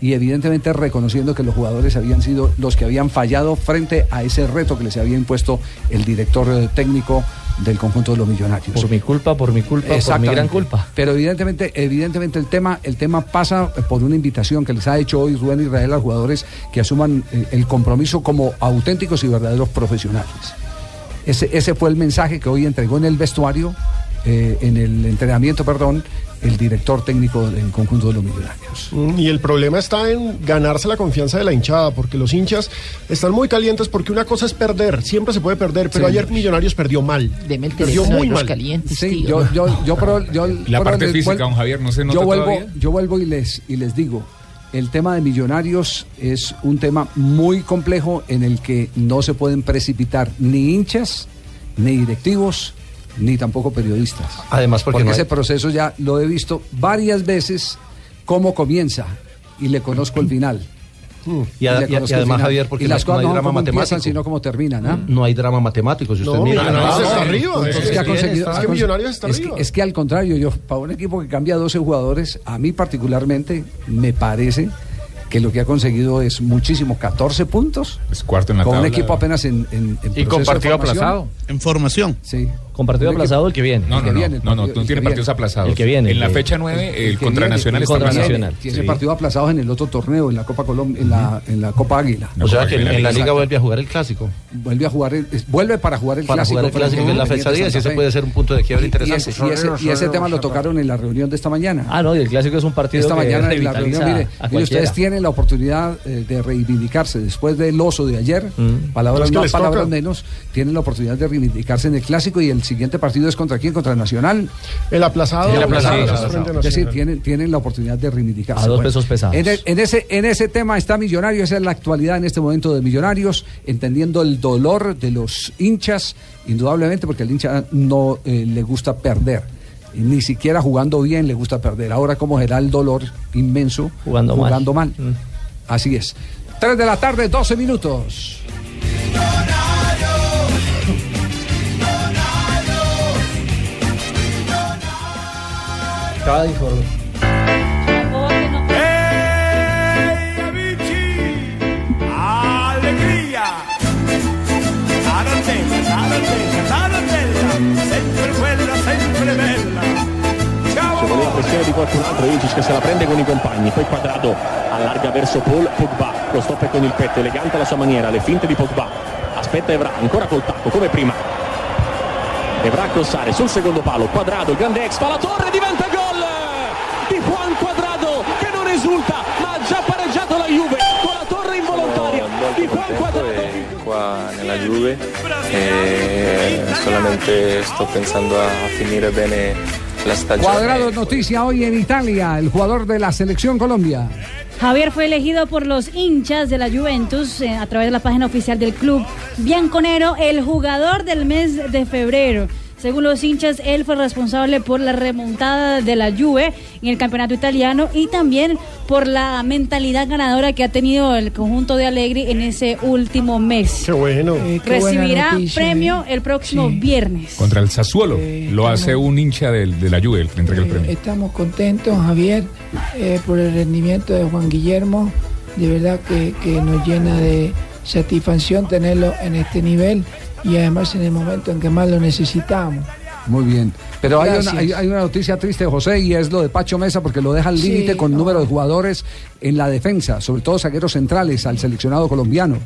S1: y evidentemente reconociendo que los jugadores habían sido los que habían fallado frente a ese reto que les había impuesto el director eh, técnico del conjunto de los millonarios.
S8: Por mi culpa, por mi culpa, por mi
S1: Exactamente.
S8: gran culpa.
S1: Pero evidentemente, evidentemente el tema, el tema pasa eh, por una invitación que les ha hecho hoy Rubén Israel a los jugadores que asuman eh, el compromiso como auténticos y verdaderos profesionales. Ese, ese fue el mensaje que hoy entregó en el vestuario, eh, en el entrenamiento, perdón, el director técnico del conjunto de los millonarios.
S6: Mm, Y el problema está en ganarse la confianza de la hinchada, porque los hinchas están muy calientes porque una cosa es perder, siempre se puede perder, pero
S1: Sí.
S6: ayer Millonarios perdió mal. perdió
S1: teléfono de
S6: muy
S1: los
S6: mal.
S1: calientes, Sí, tío. yo- yo- yo pro- yo-
S2: Y La
S1: Ahora
S2: parte
S1: les
S2: física,
S1: vuel-
S2: don Javier, no se nota
S1: yo vuelvo,
S2: todavía.
S1: yo vuelvo y les y les digo, el tema de millonarios es un tema muy complejo en el que no se pueden precipitar ni hinchas, ni directivos, ni tampoco periodistas.
S5: Además, porque no hay-
S1: ese proceso ya lo he visto varias veces cómo comienza y le conozco el final.
S5: Y,
S1: le
S5: a- y a- y
S1: conozco el
S5: además,
S1: final.
S5: Javier, porque
S1: Y las
S5: no, no
S1: cosas
S5: hay
S1: no son
S5: drama
S1: como
S5: matemático.
S1: empiezan, sino como terminan, ¿ah?
S5: No hay drama matemático. Si usted
S1: No,
S5: mira,
S1: Millonarios está arriba.
S5: Entonces,
S1: Es que ha
S5: ¿qué
S1: conseguido-
S5: está?
S1: ha conseguido- es que- es que al contrario, yo para un equipo que cambia 12 jugadores, a mí particularmente me parece que lo que ha conseguido es muchísimo, 14 puntos.
S2: Es cuarto en la
S1: con
S2: tabla.
S1: un equipo apenas en, en, en
S2: Y
S1: proceso
S2: con
S1: de
S2: partido
S1: formación.
S2: aplazado.
S9: En formación.
S1: Sí.
S8: Compartido
S1: Un equipo-
S8: aplazado el que viene.
S2: No, no, no, no, no, tú tienes partidos aplazados.
S8: El que viene.
S2: En la
S8: el que-
S2: fecha 9, el,
S1: que
S2: contra
S1: viene,
S2: Nacional
S1: el
S2: está
S1: contra
S2: aplazado.
S1: Nacional. Tiene partidos aplazados en el otro torneo, en la Copa Colombia, en la, en la Copa Águila.
S5: O sea que en, en la liga
S1: Exacto.
S5: vuelve a jugar el clásico.
S1: vuelve a jugar, el- es- vuelve para jugar el
S5: Para
S1: clásico.
S5: jugar el
S1: frente
S5: clásico,
S1: a
S5: que es la
S1: Independiente
S5: fecha 10, y
S1: Santa
S5: ese
S1: Fe.
S5: puede ser un punto de quiebre
S1: Y-
S5: interesante.
S1: Y ese, y ese- y ese tema lo tocaron en la reunión de esta mañana.
S8: Ah, no, y el clásico es un partido
S1: Esta
S8: que
S1: mañana en la
S8: revitaliza
S1: reunión, mire,
S8: a
S1: mire,
S8: cualquiera.
S1: ustedes tienen la oportunidad eh, de reivindicarse después del oso de ayer,
S8: Mm.
S1: palabras
S8: Es que
S1: más,
S8: les
S1: palabras
S8: toca.
S1: menos, tienen la oportunidad de reivindicarse en el clásico y el siguiente partido es contra quién, contra Nacional.
S6: El aplazado.
S1: El
S6: El
S1: aplazado.
S6: aplazado. Frente a
S1: Es decir,
S6: Nacional.
S1: tienen, tienen la oportunidad de reivindicarse.
S8: A dos pesos pesados.
S1: En, el- en ese, en ese tema está Millonarios, esa es la actualidad en este momento de Millonarios, entendiendo el dolor de los hinchas, indudablemente, porque al hincha no eh, le gusta perder. Ni siquiera jugando bien le gusta perder. Ahora, ¿cómo será el dolor inmenso
S8: Jugando mal. Mm.
S1: mal? Así es. 3 de la tarde, 12 minutos.
S8: Acaba de informar.
S17: ¡Alegría! Tarantella, tarantella, tarantella, sempre bella, sempre bella.
S18: Voleva pressione di corpo un altro Ilicic che se la prende con i compagni poi Quadrado allarga verso Paul Pogba lo stoppa con il petto elegante alla sua maniera le finte di Pogba aspetta Evra ancora col tacco come prima Evra a crossare sul secondo palo Quadrado grande ex fa la torre diventa gol di Juan Quadrado che non esulta ma ha già pareggiato la Juve con la torre involontaria di Juan Quadrado
S19: qua nella Juve e solamente sto pensando a finire bene la stagione.
S1: Cuadrado noticia hoy en Italia, el jugador de la selección Colombia.
S4: Javier fue elegido por los hinchas de la Juventus eh, a través de la página oficial del club Bianconero el jugador del mes de febrero. Según los hinchas, él fue responsable por la remontada de la Juve en el campeonato italiano y también por la mentalidad ganadora que ha tenido el conjunto de Allegri en ese último mes.
S6: Qué bueno.
S1: Eh,
S4: Recibirá premio el próximo viernes.
S2: Contra el Sassuolo.
S8: Eh,
S2: Lo hace un hincha del- de la Juve, el que entrega el premio.
S20: Estamos contentos, Javier, eh, por el rendimiento de Juan Guillermo. De verdad que, que nos llena de satisfacción tenerlo en este nivel y además en el momento en que más lo necesitamos.
S1: Muy bien. Pero hay una,
S20: Gracias.
S1: hay, hay una noticia triste, José, y es lo de Pacho Mesa, porque lo deja al
S20: Sí,
S1: límite con
S20: no.
S1: número de jugadores en la defensa, sobre todo zagueros centrales, al seleccionado colombiano.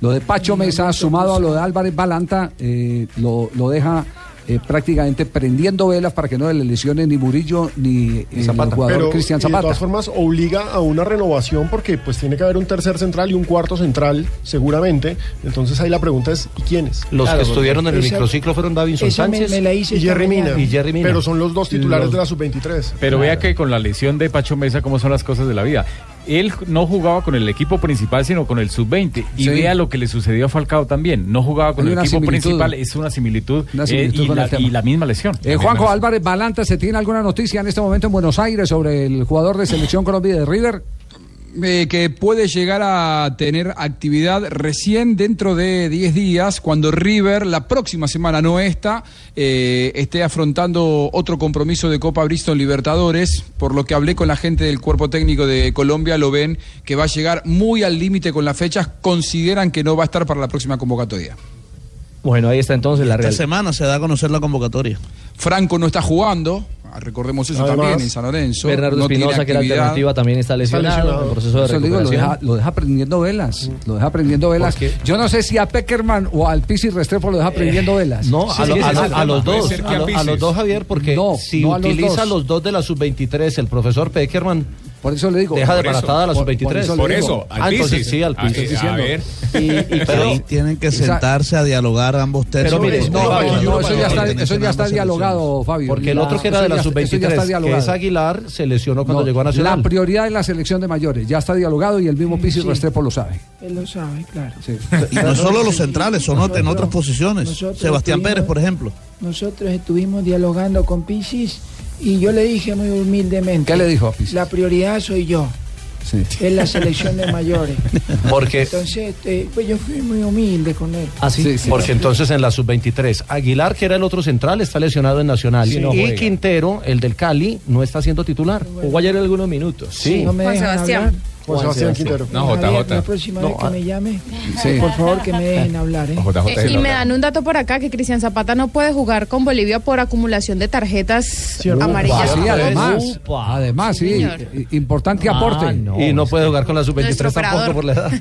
S1: Lo de Pacho Mesa, sumado a lo de Álvarez Balanta, eh, lo, lo deja eh, prácticamente prendiendo velas para que no le lesionen ni Murillo ni eh, el jugador
S6: Pero,
S1: Cristian
S6: y De
S1: Zapata.
S6: todas formas, obliga a una renovación porque pues tiene que haber un tercer central y un cuarto central, seguramente. Entonces ahí la pregunta es, ¿y quiénes?
S5: Los que estuvieron en el
S6: Esa-
S5: microciclo fueron Davinson
S6: esa me-
S5: Sánchez
S6: me la hice
S5: y
S6: esta
S5: Jerry
S6: mañana.
S5: Mina. Y Jerry Mina.
S6: Pero son los dos titulares
S5: Los-
S6: de la sub-23.
S7: Pero vea que con la lesión de Pacho Mesa, cómo son las cosas de la vida. Él no jugaba con el equipo principal, sino con el sub-20. Y
S1: Sí.
S7: vea lo que le sucedió a Falcao también. No jugaba con
S1: Hay
S7: el
S1: una
S7: equipo
S1: similitud.
S7: principal, es una similitud,
S1: Una
S7: eh,
S1: similitud
S7: y,
S1: con el
S7: la,
S1: tema.
S7: y la misma lesión.
S1: Eh,
S7: La
S1: Juanjo
S7: misma
S1: Álvarez Balanta, ¿se tiene alguna noticia en este momento en Buenos Aires sobre el jugador de Selección Colombia de River?
S21: eh, que puede llegar a tener actividad recién dentro de 10 días, cuando River, la próxima semana, no esta, eh, esté afrontando otro compromiso de Copa Bristol Libertadores. Por lo que hablé con la gente del cuerpo técnico de Colombia, lo ven que va a llegar muy al límite con las fechas, consideran que no va a estar para la próxima convocatoria.
S8: Bueno, ahí está entonces la
S9: Esta
S8: realidad.
S9: semana se da a conocer la convocatoria.
S21: Franco no está jugando, Ah, recordemos eso
S9: Además,
S21: también en San Lorenzo.
S8: Bernardo
S21: no tiene
S8: Espinosa, que era
S21: actividad.
S8: alternativa, también está lesionado, en proceso de
S1: Eso le digo, lo,
S8: recuperación.
S1: deja, lo deja prendiendo velas. Lo deja prendiendo velas.
S8: ¿Por qué?
S1: Yo no sé si a Peckerman o al Pisi Restrepo lo deja prendiendo velas.
S5: No, a, lo- a lo- a los dos, a, lo- a los dos, Javier, porque
S1: No,
S5: si
S1: no a los
S5: utiliza
S1: dos.
S5: los dos de la sub-23, el profesor Peckerman.
S1: Por eso le digo.
S5: Deja
S1: Por
S5: desbaratada la
S1: eso, por- por
S5: sub-23.
S1: eso le Por digo. eso, al
S5: Ah, entonces
S1: Pisis.
S5: sí, al
S1: A- a
S5: Pisis.
S1: ver.
S9: Pero ahí tienen que
S5: esa-
S9: sentarse a dialogar ambos tercios.
S5: Pero mire,
S9: No,
S5: no,
S9: porque
S5: no,
S9: yo-
S5: eso ya está-
S9: pertenecen
S5: eso ya
S9: a
S5: está
S9: ambas
S5: dialogado,
S9: selecciones.
S1: Fabio.
S5: Porque el otro que era de la
S1: eso ya- eso ya está
S5: sub-23, que es
S1: dialogado.
S5: Aguilar, se lesionó cuando
S1: No,
S5: llegó a Nacional.
S1: La prioridad es la selección de mayores. Ya está dialogado y el mismo Pisi
S20: sí.
S1: Restrepo lo sabe.
S20: Él lo sabe, claro.
S1: Sí.
S9: Y no solo los centrales, son ot- en otras posiciones.
S20: nosotros
S9: Sebastián
S20: tuvimos-
S9: Pérez, por ejemplo.
S20: Nosotros estuvimos dialogando con Pisis y yo le dije muy humildemente.
S1: ¿Qué le dijo a Pisis?
S20: La prioridad soy yo. Es la selección de mayores.
S5: Porque
S20: Entonces, eh, pues yo fui muy humilde con él.
S5: Ah,
S1: Ah,
S5: Porque entonces en la sub-23, Aguilar, que era el otro central, está lesionado en Nacional.
S8: Sí,
S5: y
S8: no juega.
S5: Quintero, el del Cali, no está siendo titular.
S8: Jugó ayer algunos minutos.
S5: Sí.
S20: No me dejan hablar.
S5: Juan Sebastián Quintero. No,
S20: Javier,
S5: JJ.
S20: La próxima
S5: No,
S20: vez que
S5: ah.
S20: me llame,
S5: Sí.
S20: por favor que me dejen hablar. ¿eh?
S22: Eh, y me dan un dato por acá que Cristian Zapata no puede jugar con Bolivia por acumulación de tarjetas amarillas.
S1: Sí, además,
S5: Upa.
S1: además,
S22: Sí,
S1: sí,
S22: señor.
S1: i- importante
S5: Ah,
S1: aporte.
S5: no. Y no puede jugar con la sub-23
S22: Nuestro
S5: tampoco
S22: operador.
S5: por la edad.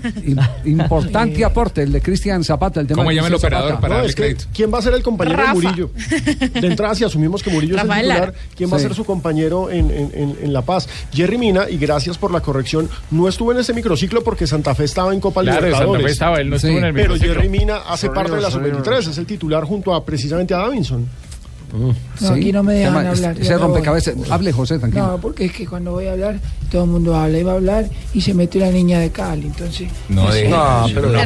S1: Importante aporte el de Cristian Zapata, el tema
S6: ¿Cómo
S1: de
S6: llama el
S1: Cristian
S6: operador
S1: Zapata.
S6: para No, darle es que- crédito? ¿Quién va a ser el compañero
S22: Rafa.
S6: de Murillo? De entrada, si asumimos que Murillo es
S22: Rafael
S6: el titular,
S22: Lara.
S6: ¿quién va
S1: Sí.
S6: a ser su compañero en, en- en- en La Paz? Jerry Mina, y gracias por la corrección, no estuvo en ese microciclo porque Santa Fe estaba en Copa
S7: Claro,
S6: Libertadores.
S7: Santa Fe estaba, él no estuvo en el
S6: Pero
S7: microciclo.
S6: Jerry Mina hace
S7: Sorry,
S6: parte de la
S7: sorry.
S6: sub-23, es el titular junto a precisamente a Davinson.
S1: Mm.
S20: No, aquí no me dejan hablar, yo
S1: Se
S20: me voy.
S1: rompecabezas. Hable, José, tranquilo.
S20: No, porque es que cuando voy a hablar, todo el mundo habla y va a hablar y se metió la niña de Cali. Entonces,
S1: No,
S20: sé.
S1: pero
S22: Perdón,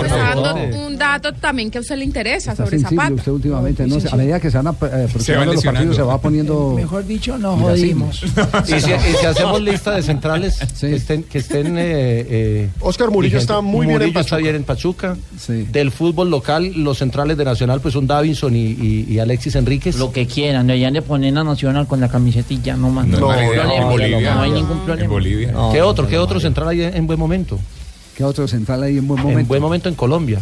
S22: profe, está dando un dato también que a usted le interesa
S1: Está
S22: sobre
S1: sensible
S22: Zapata.
S1: usted últimamente. No, sé, a medida que se van ap- eh, aproximando los
S5: lesionando.
S1: partidos, se va poniendo.
S20: Mejor dicho, nos
S1: Miracimos.
S20: jodimos.
S5: Y si, y si hacemos lista de centrales que estén. Que estén eh, eh,
S6: Oscar Murillo
S5: vigentes.
S6: está muy bien en
S5: Murillo está bien en Pachuca. Del fútbol local, los centrales de Nacional pues son Davinson y, y- y Alexis Enríquez.
S11: Lo que quieran, deberían de poner a Nacional con la camisetilla, no más.
S5: No es mala idea, en
S11: no,
S5: Bolivia.
S11: no hay ningún problema. No,
S5: ¿Qué
S11: no,
S5: otro?
S11: no,
S5: ¿Qué
S11: no,
S5: otro
S11: no.
S5: central hay en en buen momento?
S1: ¿Qué otro central hay en buen momento? Mm.
S5: En buen momento en Colombia.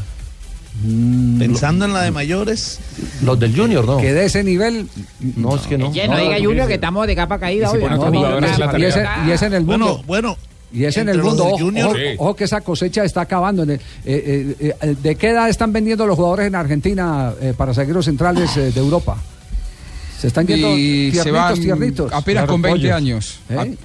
S9: Pensando en la de mayores.
S5: Los del Junior, ¿no?
S1: Que de ese nivel.
S5: No, es que no.
S10: Oye, no diga Junior que estamos de capa caída. hoy.
S1: No, no, no, y, ese, y ese en el mundo.
S9: Bueno,
S1: Y es en el
S9: entre los
S1: mundo.
S9: del
S1: Ojo,
S9: Junior-
S1: ojo-
S9: Sí.
S1: ojo que esa cosecha está acabando. en el- eh, eh, eh, ¿De qué edad están vendiendo los jugadores en Argentina eh, para zagueros centrales eh, de Europa? Se están viendo
S21: y
S1: tiernitos,
S21: se van
S1: tiernitos.
S21: apenas con 20
S1: Repollos.
S21: años.
S8: ¿Eh?
S21: A- ¿Eh?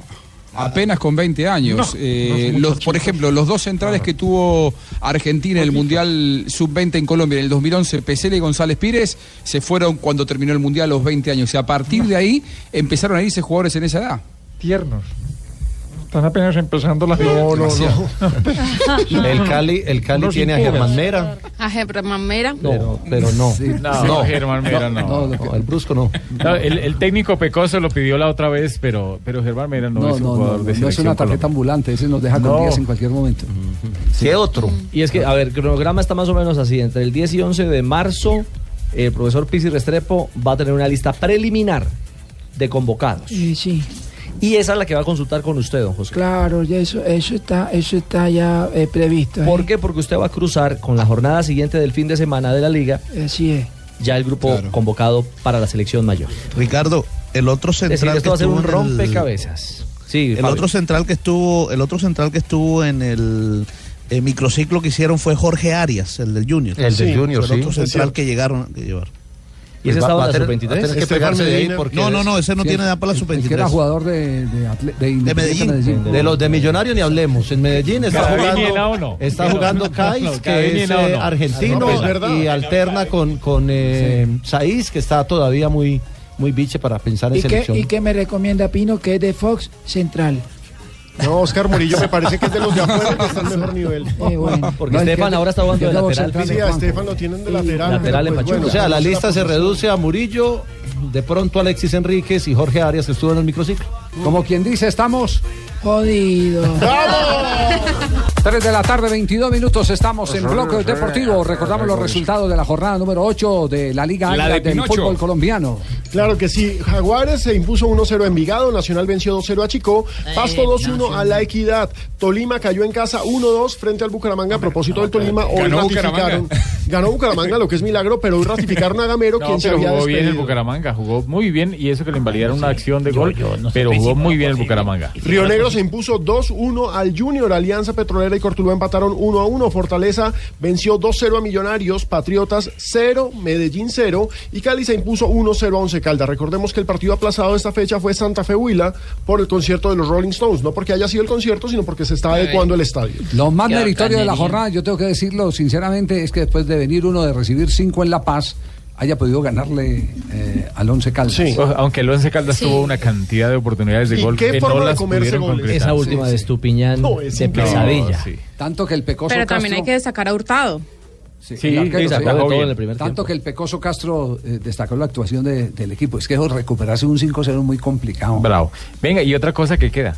S21: apenas con 20 años. Eh, los, por ejemplo, los dos centrales que tuvo Argentina en el Mundial Sub-20 en Colombia en el 2011, Pesela y González Pires, se fueron cuando terminó el Mundial a los 20 años. Y a partir de ahí empezaron a irse jugadores en esa edad.
S15: Tiernos. Están apenas empezando las No,
S5: Demasiado. El Cali, el Cali
S15: Unos
S5: tiene a
S15: impuros.
S5: Germán Mera,
S22: A Germán Mera.
S5: pero, pero no.
S7: Sí. No, Germán Mera no.
S5: el Brusco no.
S7: No, el, el técnico Pecoso lo pidió la otra vez, pero, pero Germán Mera no,
S1: No,
S7: es un
S1: no, no,
S7: jugador
S1: no,
S7: de
S1: no es
S7: selección
S1: una tarjeta
S7: Colombia.
S1: ambulante, ese nos deja con
S7: No.
S1: 10 en cualquier momento.
S5: ¿Qué otro?
S8: Y es que, a ver, el cronograma está más o menos así. Entre el 10 y 11 de marzo, el profesor Pizzi Restrepo va a tener una lista preliminar de convocados.
S20: sí.
S8: Y esa es la que va a consultar con usted, don José.
S20: Claro, ya eso, eso está, eso está ya eh, previsto. ¿eh?
S8: ¿Por qué? Porque usted va a cruzar con la jornada siguiente del fin de semana de la liga
S20: Así es.
S8: ya el grupo convocado para la selección mayor.
S9: Ricardo, el otro
S8: Es
S9: central.
S8: decir, esto
S9: que
S8: va a ser
S9: estuvo
S8: un
S9: en el-
S8: rompecabezas. Sí,
S9: El
S8: Fabio.
S9: otro central que estuvo, el otro central que estuvo en el, el microciclo que hicieron fue Jorge Arias, el del Junior.
S5: El del Sí. Junior,
S9: Fue El
S5: sí.
S9: otro
S5: Es
S9: central
S5: cierto.
S9: que llegaron que llevar.
S8: ¿Y ese
S9: Va-
S8: estaba
S9: va a
S8: en la
S9: tener-
S8: sub-23?
S9: va a tener que
S8: Estefan
S9: pegarse de ahí
S8: Medina.
S9: porque No, no, no, ese no
S1: Sí,
S9: tiene edad para la
S1: el- el Que
S9: sub-23.
S1: era jugador de, de, atle- de
S9: De
S1: Independiente
S9: Medellín. De los de Millonarios ni hablemos. En Medellín está
S5: Cadavid
S9: jugando,
S5: Nienao no.
S9: está jugando Kais,
S5: No, Cadavid
S9: que es
S5: Nienao
S9: eh,
S5: no.
S9: argentino
S5: No, es verdad.
S9: y alterna con, con eh, Saiz, que está todavía muy, muy biche para pensar en
S20: ¿Y qué,
S9: selección.
S20: ¿Y qué me recomienda Pino, que es de Fox Central?
S6: No, Oscar Murillo me parece que es de los de afuera que está al mejor nivel.
S1: Eh,
S9: Porque No, es que- Estefan ahora está jugando de es de lateral. Boca
S6: Sí,
S9: Central,
S6: a
S9: Juanjo.
S6: Estefan lo tienen de lateral.
S9: Lateral en
S6: pero pues
S9: Pachuca.
S6: bueno,
S9: o sea,
S6: esa
S9: la
S6: es
S9: lista se
S6: posición.
S9: reduce a Murillo, de pronto Alexis Enríquez y Jorge Arias, que estuvo en el microciclo.
S1: Como quien dice, estamos
S20: jodidos.
S1: ¡Vamos! 3 de la tarde, 22 minutos, estamos en bloque deportivo. Recordamos los resultados de la jornada número 8 de la Liga
S6: La
S1: Águila
S6: de
S1: del
S6: Pinocho.
S1: fútbol colombiano.
S6: Claro que sí. Jaguares se impuso 1-0 a Envigado, Nacional venció 2-0 a Chico,
S9: Eh,
S6: Pasto 2-1 a La Equidad, Tolima cayó en casa 1-2 frente al Bucaramanga. A propósito del Tolima, hoy
S7: Ganó
S6: ratificaron. Ganó Bucaramanga, lo que es milagro, pero hoy ratificaron a Gamero,
S7: No,
S6: quien se
S7: pero
S6: había
S7: jugó bien el
S6: despedido.
S7: Bucaramanga, jugó muy bien y eso que le invalidaron una acción de gol, pero jugó muy bien el Bucaramanga.
S6: Río Negro se impuso 2-1 al Junior, Alianza Petrolera y Cortuluá empataron 1-1, Fortaleza venció 2-0 a Millonarios, Patriotas 0, Medellín 0 y Cali se impuso 1-0 a Once Caldas. Recordemos que el partido aplazado de esta fecha fue Santa Fe Huila por el concierto de los Rolling Stones, no porque haya sido el concierto, sino porque se está adecuando el estadio.
S1: Lo más meritorio de la jornada, yo tengo que decirlo sinceramente, es que después de venir uno de recibir 5 en La Paz, haya podido ganarle eh, al Once Caldas.
S7: O- Aunque el Once Caldas
S1: Sí.
S7: tuvo una cantidad de oportunidades de
S1: ¿Y
S7: gol
S1: qué
S7: que
S1: forma
S7: no
S1: de
S7: las
S1: comerse
S7: pudieron
S1: goles?
S7: concretar.
S8: Esa última de Estupiñán de pesadilla.
S1: Tanto que el pecoso
S22: Pero
S1: Castro...
S22: también hay que destacar a Hurtado.
S1: el
S8: Sí,
S1: arquero,
S8: sí, sacó de todo en el primer
S1: Tanto que el Pecoso Castro eh, destacó la actuación de- del equipo. Es que eso, recuperarse un 5-0 es muy complicado.
S7: Bravo. Venga, y otra cosa que queda.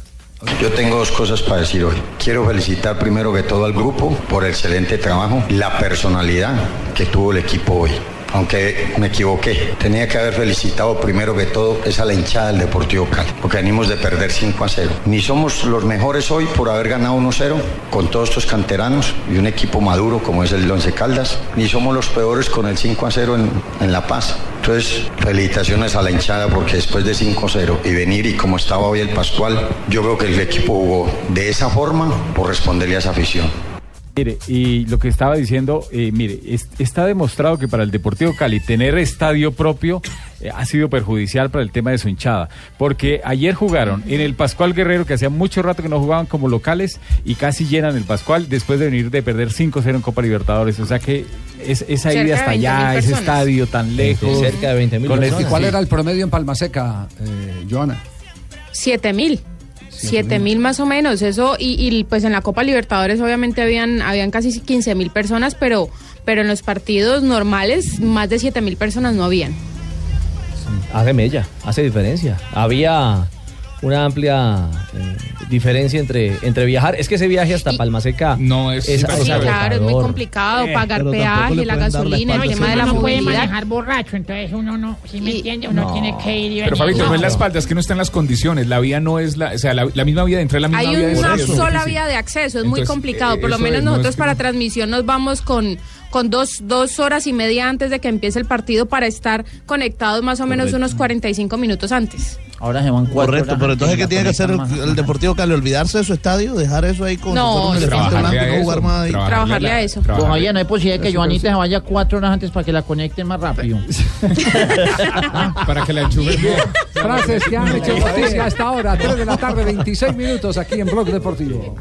S3: Yo tengo dos cosas para decir hoy. Quiero felicitar primero que todo al grupo por el excelente trabajo, la personalidad que tuvo el equipo hoy. Aunque me equivoqué, tenía que haber felicitado primero que todo es a la hinchada del Deportivo Cali, porque venimos de perder 5 a 0. Ni somos los mejores hoy por haber ganado 1-0 con todos estos canteranos y un equipo maduro como es el Once Caldas, ni somos los peores con el 5 a 0 en, en La Paz. Entonces, felicitaciones a la hinchada porque después de 5-0 y venir y como estaba hoy el Pascual, yo creo que el equipo jugó de esa forma por responderle a esa afición.
S7: Mire, y lo que estaba diciendo, eh, mire, es- está demostrado que para el Deportivo Cali tener estadio propio eh, ha sido perjudicial para el tema de su hinchada, porque ayer jugaron en el Pascual Guerrero, que hacía mucho rato que no jugaban como locales, y casi llenan el Pascual después de venir de perder 5-0 en Copa Libertadores, o sea que es, esa ida
S1: Cerca de
S7: hasta
S1: 20.000
S7: allá, ese
S1: personas.
S7: estadio tan lejos.
S8: Cerca de 20.000
S7: con este-
S1: ¿Y cuál
S7: sí.
S1: era el promedio en Palmaseca, eh, Joana?
S22: Siete mil. Siete mil más o menos, eso, y, y, pues en la Copa Libertadores obviamente habían, habían casi 15 mil personas, pero, pero en los partidos normales más de siete mil personas no habían.
S8: Hace mella, hace diferencia. Había una amplia eh, diferencia entre, entre viajar. Es que ese viaje hasta Palmaseca no es,
S22: sí, claro, es muy complicado,
S8: Eh,
S22: pagar
S8: pero tampoco
S22: peaje,
S8: le
S22: la
S8: pueden dar la
S22: gasolina, el
S8: espalda
S22: tema de la
S8: siempre.
S14: uno puede
S22: movilidad.
S14: manejar borracho, entonces uno no, si me entiende, uno
S2: No.
S14: tiene que ir y venir.
S2: Pero Fabito, no,
S14: No.
S2: es la espalda, es que no están las condiciones. La vía no es la. O sea, la, la misma vía de entrada, la misma
S22: Hay
S2: vía de
S22: una
S2: salida, es muy
S22: sola
S2: difícil.
S22: vía de acceso, es muy
S2: Entonces,
S22: complicado.
S2: eh,
S22: Por lo
S2: eso
S22: menos
S2: es, no
S22: nosotros
S2: es que-
S22: para transmisión nos vamos con, con dos, dos horas y media antes de que empiece el partido para estar conectados más o menos
S9: Correcto.
S22: unos 45 minutos antes.
S11: Ahora se van cuatro.
S9: Correcto,
S11: horas
S9: pero entonces, ¿qué
S11: antes,
S9: tiene que
S11: la
S9: hacer el,
S11: conectan más.
S9: el Deportivo Cali? ¿Olvidarse de su estadio? ¿Dejar eso ahí con
S11: No,
S9: si fuera un elefante
S11: trabajarle
S9: blanco
S11: a
S9: y no
S11: eso,
S9: jugar más ahí?
S11: trabajarle a eso. Don Javier, no es posible que
S9: Eso
S11: Joanita se vaya cuatro horas antes para que la conecten más rápido.
S2: Ah, para que la enchufen bien.
S1: Frases que han hecho noticia hasta ahora, 3 de la tarde, 26 minutos aquí en Blog Deportivo.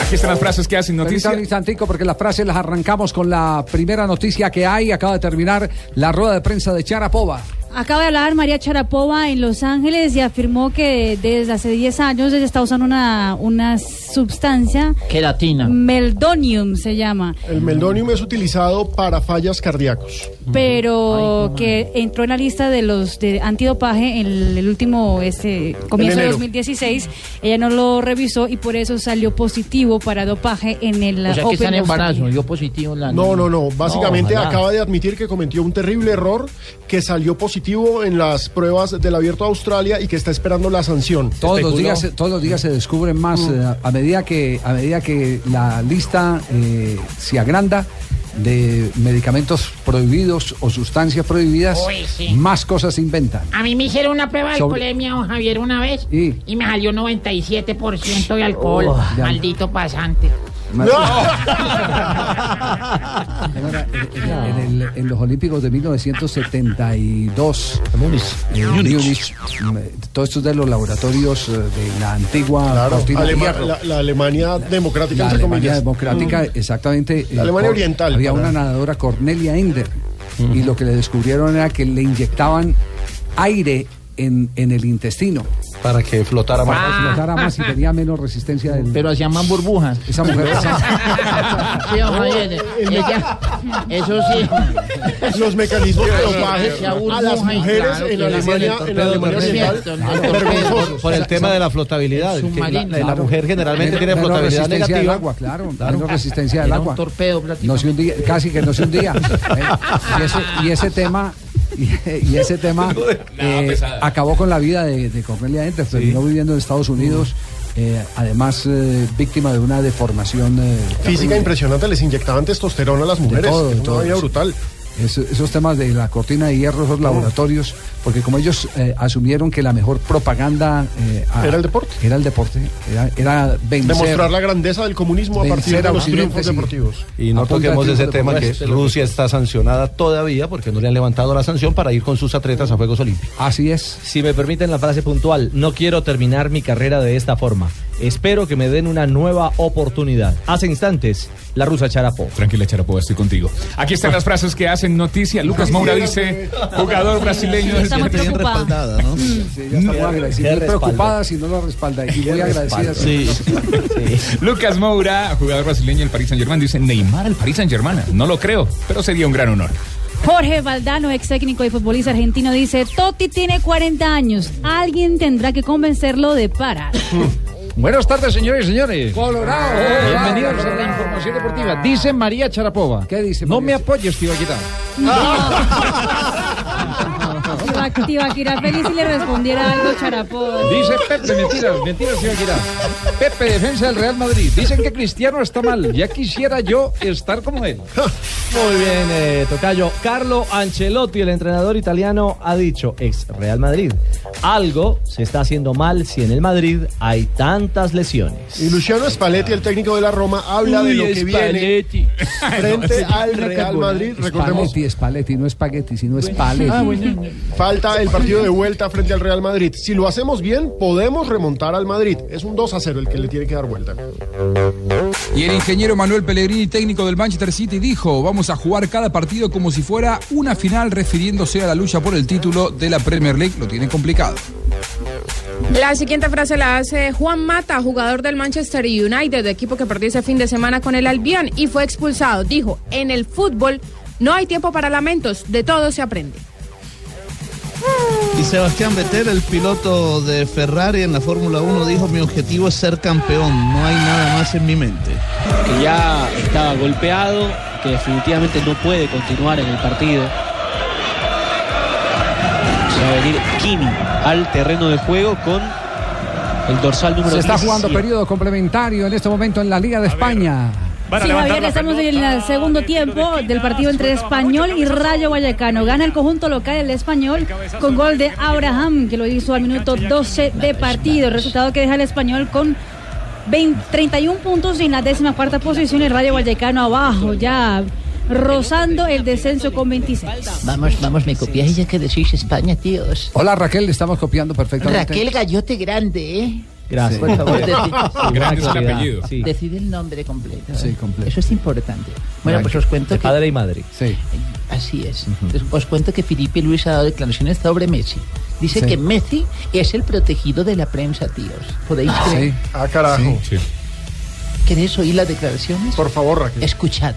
S2: Aquí están las frases que hacen
S1: Permítame
S2: noticia.
S1: un instantico porque las frases las arrancamos con la primera noticia que hay. Acaba de terminar la rueda de prensa de Charapova.
S4: Acaba de hablar María Charapova en Los Ángeles y afirmó que desde hace 10 años ella está usando una, una sustancia,
S11: Gelatina.
S4: meldonium se llama,
S6: El meldonium es utilizado para fallas cardíacos.
S4: pero que entró en la lista de los de antidopaje en el, el último este, comienzo de
S6: enero.
S4: 2016. Ella no lo revisó y por eso salió positivo para dopaje en el
S11: O sea que
S4: Open
S11: está en
S4: de Australia.
S11: embarazo, yo positivo en la
S6: No, no, no. Básicamente
S11: ojalá.
S6: acaba de admitir que cometió un terrible error, que salió positivo en las pruebas del Abierto de Australia y que está esperando la sanción.
S1: Todos los, días, se- todos los días se descubren más
S6: Mm.
S1: eh, a, medida que, a medida que la lista eh, se agranda de medicamentos prohibidos o sustancias prohibidas,
S14: Uy, sí.
S1: más cosas se inventan.
S14: A mí me hicieron una prueba de
S1: Sobre-
S14: alcoholemia, don Javier, una vez
S1: Y
S14: y me salió 97% de alcohol.
S1: Oh, ya.
S14: Maldito pasante.
S1: Señora, en, en- en el- en los Olímpicos de 1972, eh,
S6: Múnich.
S1: Múnich, mm, todo esto es de los laboratorios eh, de la antigua cortina de
S6: Alema-
S1: Ah, hierro.
S6: la, la Alemania democrática,
S1: La
S6: entre
S1: Alemania
S6: comillas.
S1: democrática,
S6: Mm.
S1: exactamente.
S6: La
S1: eh,
S6: Alemania
S1: por-
S6: oriental,
S1: Había
S6: para-
S1: una nadadora, Cornelia Ender, y lo que le descubrieron era que le inyectaban aire en, en el intestino.
S5: Para que flotara más.
S1: Para que flotara más y tenía menos resistencia. Del...
S11: Pero hacían más burbujas.
S1: Esa mujer.
S11: Sí,
S6: Oh,
S11: don Javier, ella- eso sí.
S6: Los mecanismos de dopaje
S11: Esa burbuja,
S6: a las mujeres
S11: claro,
S6: en
S11: que
S6: Alemania,
S11: hacían el
S6: en la Alemania
S11: torpedo,
S6: oriental,
S11: perfecto, el
S5: Por,
S6: vergonzosos.
S5: por el tema de la flotabilidad. que la, la- la
S1: Claro.
S5: mujer generalmente
S1: Menos-
S5: tiene
S1: menos
S5: flotabilidad
S1: resistencia
S5: negativa.
S1: Del agua, claro, menos resistencia del
S5: Era un
S1: agua. no se hundía, casi que no se hundía. ¿eh? y, ese, y ese tema. Y, y ese tema eh, acabó con la vida de, de Cornelia Enter, terminó viviendo en Estados Unidos,
S6: Mm.
S1: eh, además eh, víctima de una deformación eh,
S6: Física
S1: terrible.
S6: impresionante, les inyectaban testosterona a las mujeres.
S1: De todo, de
S6: Era una
S1: todo.
S6: vaina brutal. Mm.
S1: Eso- esos temas de la cortina de hierro, esos laboratorios, porque como ellos eh, asumieron que la mejor propaganda eh, a-
S6: Era el deporte.
S1: Era el deporte, era, era vencer.
S6: Demostrar la grandeza del comunismo a partir
S1: Vencer
S6: de
S1: a
S6: los
S1: los
S6: triunfos
S1: clientes y-
S6: deportivos.
S5: Y no
S1: A punta de Este
S5: toquemos ese
S1: triunfos
S5: tema que
S1: deportivos.
S5: Rusia está sancionada todavía porque no le han levantado la sanción para ir con sus atletas a Juegos Olímpicos.
S1: Así es.
S8: Si me permiten la frase puntual, no quiero terminar mi carrera de esta forma. Espero que me den una nueva oportunidad. Hace instantes, la rusa Charapó.
S2: Tranquila, Charapó, estoy contigo. Aquí están las frases que hacen noticia. Lucas Moura dice, jugador brasileño.
S1: Sí, Mm. está muy preocupada. Sí, ya está muy agradecida.
S2: Ya
S1: Muy
S2: respaldo.
S1: preocupada si no lo respalda. Y muy agradecida.
S2: Sí. Lucas Moura, jugador brasileño del Paris Saint Germain, dice Neymar al Paris Saint Germain. No lo creo, pero sería un gran honor.
S4: Jorge Valdano, ex técnico y futbolista argentino, dice, Totti tiene 40 años, alguien tendrá que convencerlo de parar.
S12: Buenas tardes, señores y señores.
S1: Colorado.
S12: Bienvenidos a la información deportiva. Dice María Charapova. ¿Qué dice? No me apoyes, tío Aguilar.
S6: Ah.
S4: Tibaquirá feliz si le respondiera algo Charapó.
S12: Dice Pepe, mentiras, mentiras, tío Aguilar. Pepe, defensa del Real Madrid. Dicen que Cristiano está mal. Ya quisiera yo estar como él.
S8: Muy bien, eh, Tocayo. Carlo Ancelotti, el entrenador italiano, ha dicho, ex Real Madrid, algo se está haciendo mal si en el Madrid hay tantas lesiones.
S6: Y Luciano Spalletti, el técnico de la Roma, habla de
S8: Uy,
S6: lo que
S8: Spalletti.
S6: viene frente al Real Madrid. Recordemos,
S1: Spalletti, Spalletti, no espagueti, sino Spalletti.
S6: Ah, bueno. falta el partido de vuelta frente al Real Madrid. Si lo hacemos bien, podemos remontar al Madrid. Es un 2 a 0 el que le tiene que dar vuelta.
S21: Y el ingeniero Manuel Pellegrini, técnico del Manchester City, dijo, vamos a jugar cada partido como si fuera una final refiriéndose a la lucha por el título de la Premier League. Lo tiene complicado.
S22: La siguiente frase la hace Juan Mata, jugador del Manchester United, equipo que perdió ese fin de semana con el Albion y fue expulsado. Dijo, en el fútbol no hay tiempo para lamentos, de todo se aprende.
S9: Y Sebastián Vettel, el piloto de Ferrari en la Fórmula 1, dijo, mi objetivo es ser campeón, no hay nada más en mi mente.
S13: que ya estaba golpeado, que definitivamente no puede continuar en el partido. Se va a venir Kimi al terreno de juego con el dorsal número
S1: Se está
S13: 17.
S1: jugando periodo complementario en este momento en la Liga de España.
S4: Sí, Javier, estamos en el segundo tiempo del partido entre Español y Rayo Vallecano. Gana el conjunto local el Español con gol de Abraham, que lo hizo al minuto 12 de partido. Resultado que deja el Español con 20 31 puntos en la décima cuarta posición. El Rayo Vallecano abajo, ya rozando el descenso con 26.
S23: Vamos, vamos, me copiáis ya que decís España, tíos.
S1: Hola Raquel, le estamos copiando perfectamente.
S23: Raquel Gallote Grande, ¿eh?
S1: Gracias.
S23: Por favor,
S1: Sí.
S23: decí-
S1: Grande es el apellido. Sí.
S23: Decide el nombre completo.
S1: Sí,
S23: ¿eh?
S1: completo.
S23: Eso es importante. Bueno, pues
S8: Raquel,
S23: os cuento
S8: de
S23: que... Eh,
S8: padre y madre.
S1: Sí.
S23: Así es. Entonces, Os cuento que Felipe Luis ha dado declaraciones sobre Messi. Dice
S8: Sí.
S23: que Messi es el protegido de la prensa, tíos. ¿Podéis creer?
S6: Ah, carajo.
S23: ¿Queréis oír las declaraciones? Por
S6: favor, Raquel.
S23: Escuchad.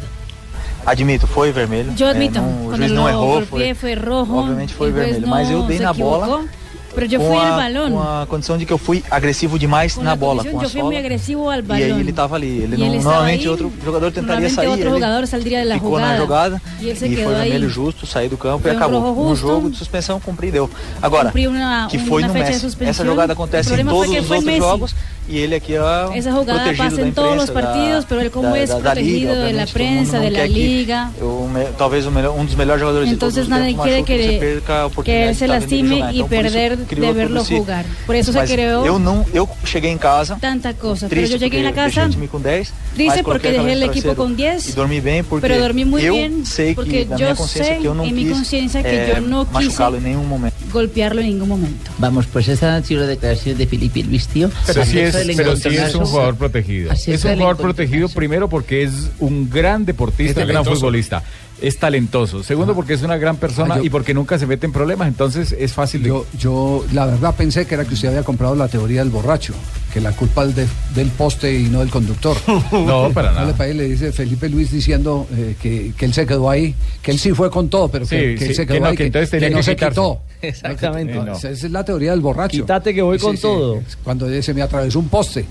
S24: Admito, foi vermelho.
S4: Yo
S24: É,
S4: admito,
S24: não, o
S4: cuando
S24: juiz
S4: lo
S24: não errou,
S4: golpeé fue
S24: foi,
S4: rojo.
S24: obviamente foi
S4: el juez no
S24: vermelho. Mas eu dei
S4: se
S24: na bola
S4: equivocou, Pero yo fui
S24: com,
S4: al
S24: a, com
S4: balón.
S24: a condição de que eu fui agressivo demais
S4: Con
S24: na
S4: la
S24: bola,
S4: condición,
S24: com a
S4: yo fui muy
S24: sola.
S4: agresivo al
S24: E aí
S4: balón.
S24: ele tava ali. Ele
S4: E
S24: não,
S4: ele estava
S24: normalmente
S4: aí,
S24: outro jogador tentaria
S4: Normalmente
S24: sair.
S4: otro
S24: Ele
S4: jugador saldría de la
S24: ficou
S4: jugada.
S24: na jogada
S4: y él se
S24: e
S4: quedó
S24: foi vermelho
S4: ahí.
S24: justo, sair do campo
S4: Foi
S24: e
S4: um
S24: acabou.
S4: rojo
S24: Um
S4: justo.
S24: jogo de suspensão cumprir deu. Agora,
S4: Cumpriu uma-
S24: que foi
S4: uma
S24: no
S4: fecha de
S24: Messi.
S4: suspensão.
S24: Essa jogada
S4: O
S24: acontece em
S4: problema foi
S24: todos
S4: que
S24: os
S4: foi
S24: outros
S4: Messi.
S24: jogos e ele aqui ó,
S4: Esa jugada
S24: protegido
S4: pasa
S24: da
S4: en todos los
S24: imprensa, da-
S4: partidos, pero él como
S24: da-
S4: es
S24: da- da
S4: protegido de
S24: liga,
S4: la
S24: obviamente, todo mundo
S4: prensa,
S24: não
S4: de la
S24: quer que
S4: liga,
S24: o me- talvez o melhor- um dos melhores jogadores
S4: Entonces
S24: de todos os
S4: nadie
S24: tempos
S4: quiere
S24: machuca,
S4: que-
S24: se perca a
S4: que
S24: oportunidade
S4: él
S24: de
S4: se
S24: estar vendo ele
S4: lastime
S24: jogar.
S4: y perder
S24: Então, por Pues, isso,
S4: de
S24: criou
S4: verlo
S24: todo esse-
S4: jugar. Por eso se
S24: Mas eu
S4: creó
S24: não, eu cheguei em casa
S4: tanta cosa. Pero
S24: triste
S4: yo llegué a la
S24: porque deixei
S4: casa,
S24: o time com 10,
S4: Dice
S24: mas
S4: porque
S24: coloquei a
S4: dejé
S24: cabeça
S4: el equipo
S24: no travesseiro
S4: con 10,
S24: E dormi bem porque
S4: pero dormí muy
S24: eu
S4: bien,
S24: sei
S4: porque
S24: que na
S4: yo
S24: minha consciência
S4: sé
S24: que eu não
S4: en mi
S24: quis,
S4: conciencia que
S24: eh,
S4: yo no quise-
S24: machucá-lo em nenhum momento.
S4: golpearlo en ningún momento.
S23: Vamos, pues esas han sido las declaraciones de Felipe Luis, tío.
S7: Pero sí, es,
S23: Acerca del
S7: pero sí es un
S23: encontronazo.
S7: jugador protegido.
S23: Acerca
S7: Es un
S23: del
S7: jugador protegido primero porque es un gran deportista,
S23: Es
S7: un gran
S23: talentoso.
S7: futbolista. Es talentoso. Segundo porque es una gran persona
S1: Ah, yo-
S7: y porque nunca se mete en problemas. Entonces es fácil.
S1: Yo, yo la verdad pensé que era que usted había comprado la teoría del borracho, que la culpa es de- del poste y no del conductor.
S7: No, para
S1: No
S7: nada.
S1: le pagué, le dice Felipe Luis diciendo eh, que, que él se quedó ahí, que él sí fue con todo, pero que,
S7: Sí,
S1: que él
S7: sí,
S1: se
S7: que
S1: quedó
S7: no,
S1: ahí,
S7: que entonces tenía
S1: no
S7: que
S1: se
S7: quitarse.
S1: quitó. Eh,
S7: Exactamente.
S1: No,
S7: No.
S1: Esa es la teoría del borracho.
S8: Quítate que voy con todo.
S1: Cuando se me atravesó un poste.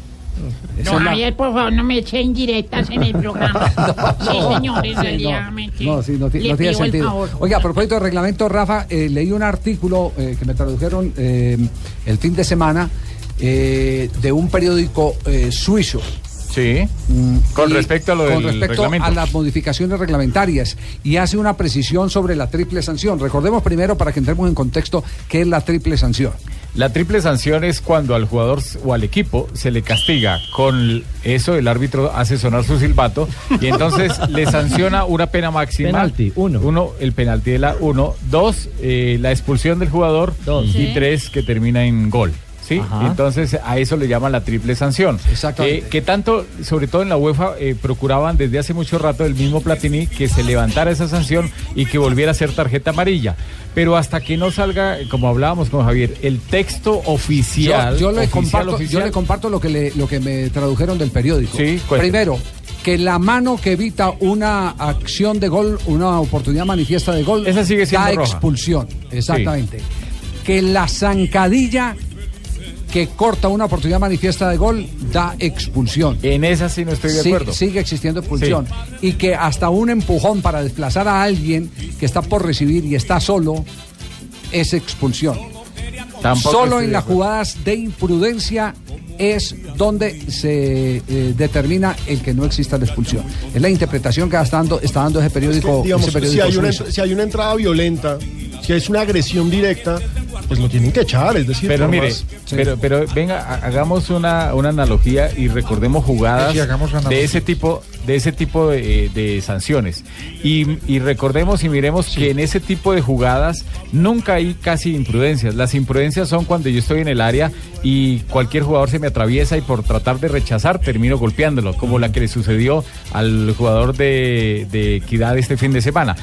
S1: Esa
S14: No,
S1: es la-
S14: Javier, por favor, no me echen directas en el programa. sí, señor, en
S1: Sí,
S14: realidad
S1: no.
S14: me echen.
S1: No, sí, no, ti-
S14: Le
S1: no tiene
S14: pido el
S1: sentido.
S14: favor.
S1: Oiga, a propósito de reglamento, Rafa, eh, leí un artículo eh, que me tradujeron eh, el fin de semana eh, de un periódico eh, suizo.
S7: Sí. Con
S1: mm, Y
S7: respecto a lo
S1: con
S7: del
S1: respecto
S7: reglamento.
S1: a las modificaciones reglamentarias y hace una precisión sobre la triple sanción. Recordemos primero, para que entremos en contexto, qué es la triple sanción.
S7: La triple sanción es cuando al jugador s- o al equipo se le castiga. Con l- eso el árbitro hace sonar su silbato y entonces le sanciona una pena máxima.
S8: Penalti,
S7: uno. Uno, el penalti de la uno. Dos, eh, la expulsión del jugador. Y
S8: Sí.
S7: tres, que termina en gol. ¿sí?
S8: Ajá.
S7: Entonces a eso le llaman la triple sanción.
S1: Exactamente.
S7: Eh, que tanto, sobre todo en la UEFA, eh, procuraban desde hace mucho rato el mismo Platini que se levantara esa sanción y que volviera a ser tarjeta amarilla. Pero hasta que no salga, eh, como hablábamos con Javier, el texto oficial.
S1: Yo, yo le
S7: oficial,
S1: comparto,
S7: oficial,
S1: yo le comparto lo que le- lo que me tradujeron del periódico.
S7: Sí, cuente.
S1: Primero, que la mano que evita una acción de gol, una oportunidad manifiesta de gol,
S7: Esa sigue siendo
S1: da
S7: roja.
S1: expulsión. Exactamente. Que la zancadilla que corta una oportunidad manifiesta de gol da expulsión.
S7: En esa sí no estoy de acuerdo.
S1: Sigue existiendo expulsión. Y que hasta un empujón para desplazar a alguien que está por recibir y está solo es expulsión.
S7: Tampoco
S1: Solo
S7: estoy
S1: en
S7: de
S1: las
S7: acuerdo.
S1: jugadas de imprudencia es donde se eh, determina el que no exista la expulsión. Es la interpretación que está dando, está dando ese periódico.
S6: que, digamos,
S1: ese
S6: si
S1: periódico
S6: hay, una,
S1: suizo.
S6: si hay una entrada violenta, si es una agresión directa, pues lo tienen que echar, es decir,
S7: Pero
S6: por
S7: mire,
S6: más-
S7: pero, pero venga, ha- hagamos una, una analogía y recordemos jugadas
S12: Sí, hagamos
S7: de
S12: analogía.
S7: ese tipo, de ese tipo de, de sanciones. Y, y recordemos y miremos que en ese tipo de jugadas nunca hay casi imprudencias. Las imprudencias son cuando yo estoy en el área y cualquier jugador se me atraviesa y por tratar de rechazar termino golpeándolo, como la que le sucedió al jugador de, de Equidad este fin de semana.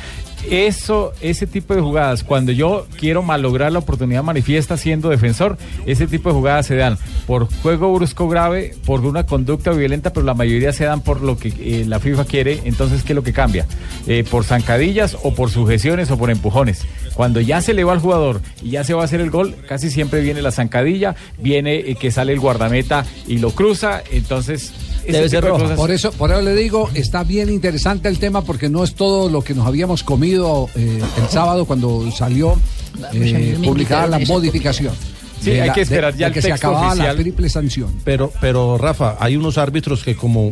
S7: Eso, ese tipo de jugadas, cuando yo quiero malograr la oportunidad manifiesta siendo defensor, ese tipo de jugadas se dan por juego brusco grave, por una conducta violenta, pero la mayoría se dan por lo que eh, la FIFA quiere. Entonces, ¿qué es lo que cambia? Eh, por zancadillas o por sujeciones o por empujones. Cuando ya se le va al jugador y ya se va a hacer el gol, casi siempre viene la zancadilla, viene eh, que sale el guardameta y lo cruza. Entonces, ese tipo de cosas-
S1: Por eso, por eso le digo, está bien interesante el tema porque no es todo lo que nos habíamos comido eh, el sábado cuando salió
S5: Pues a mí
S1: eh,
S5: me
S1: publicada
S5: invitaron
S1: la
S5: a esa
S1: modificación.
S5: Sí,
S1: de
S5: hay
S1: la-
S5: que esperar
S1: de-
S5: ya
S1: de
S5: el
S1: que se
S5: texto
S1: acababa
S5: oficial.
S1: la triple sanción.
S5: Pero, pero Rafa, hay unos árbitros que como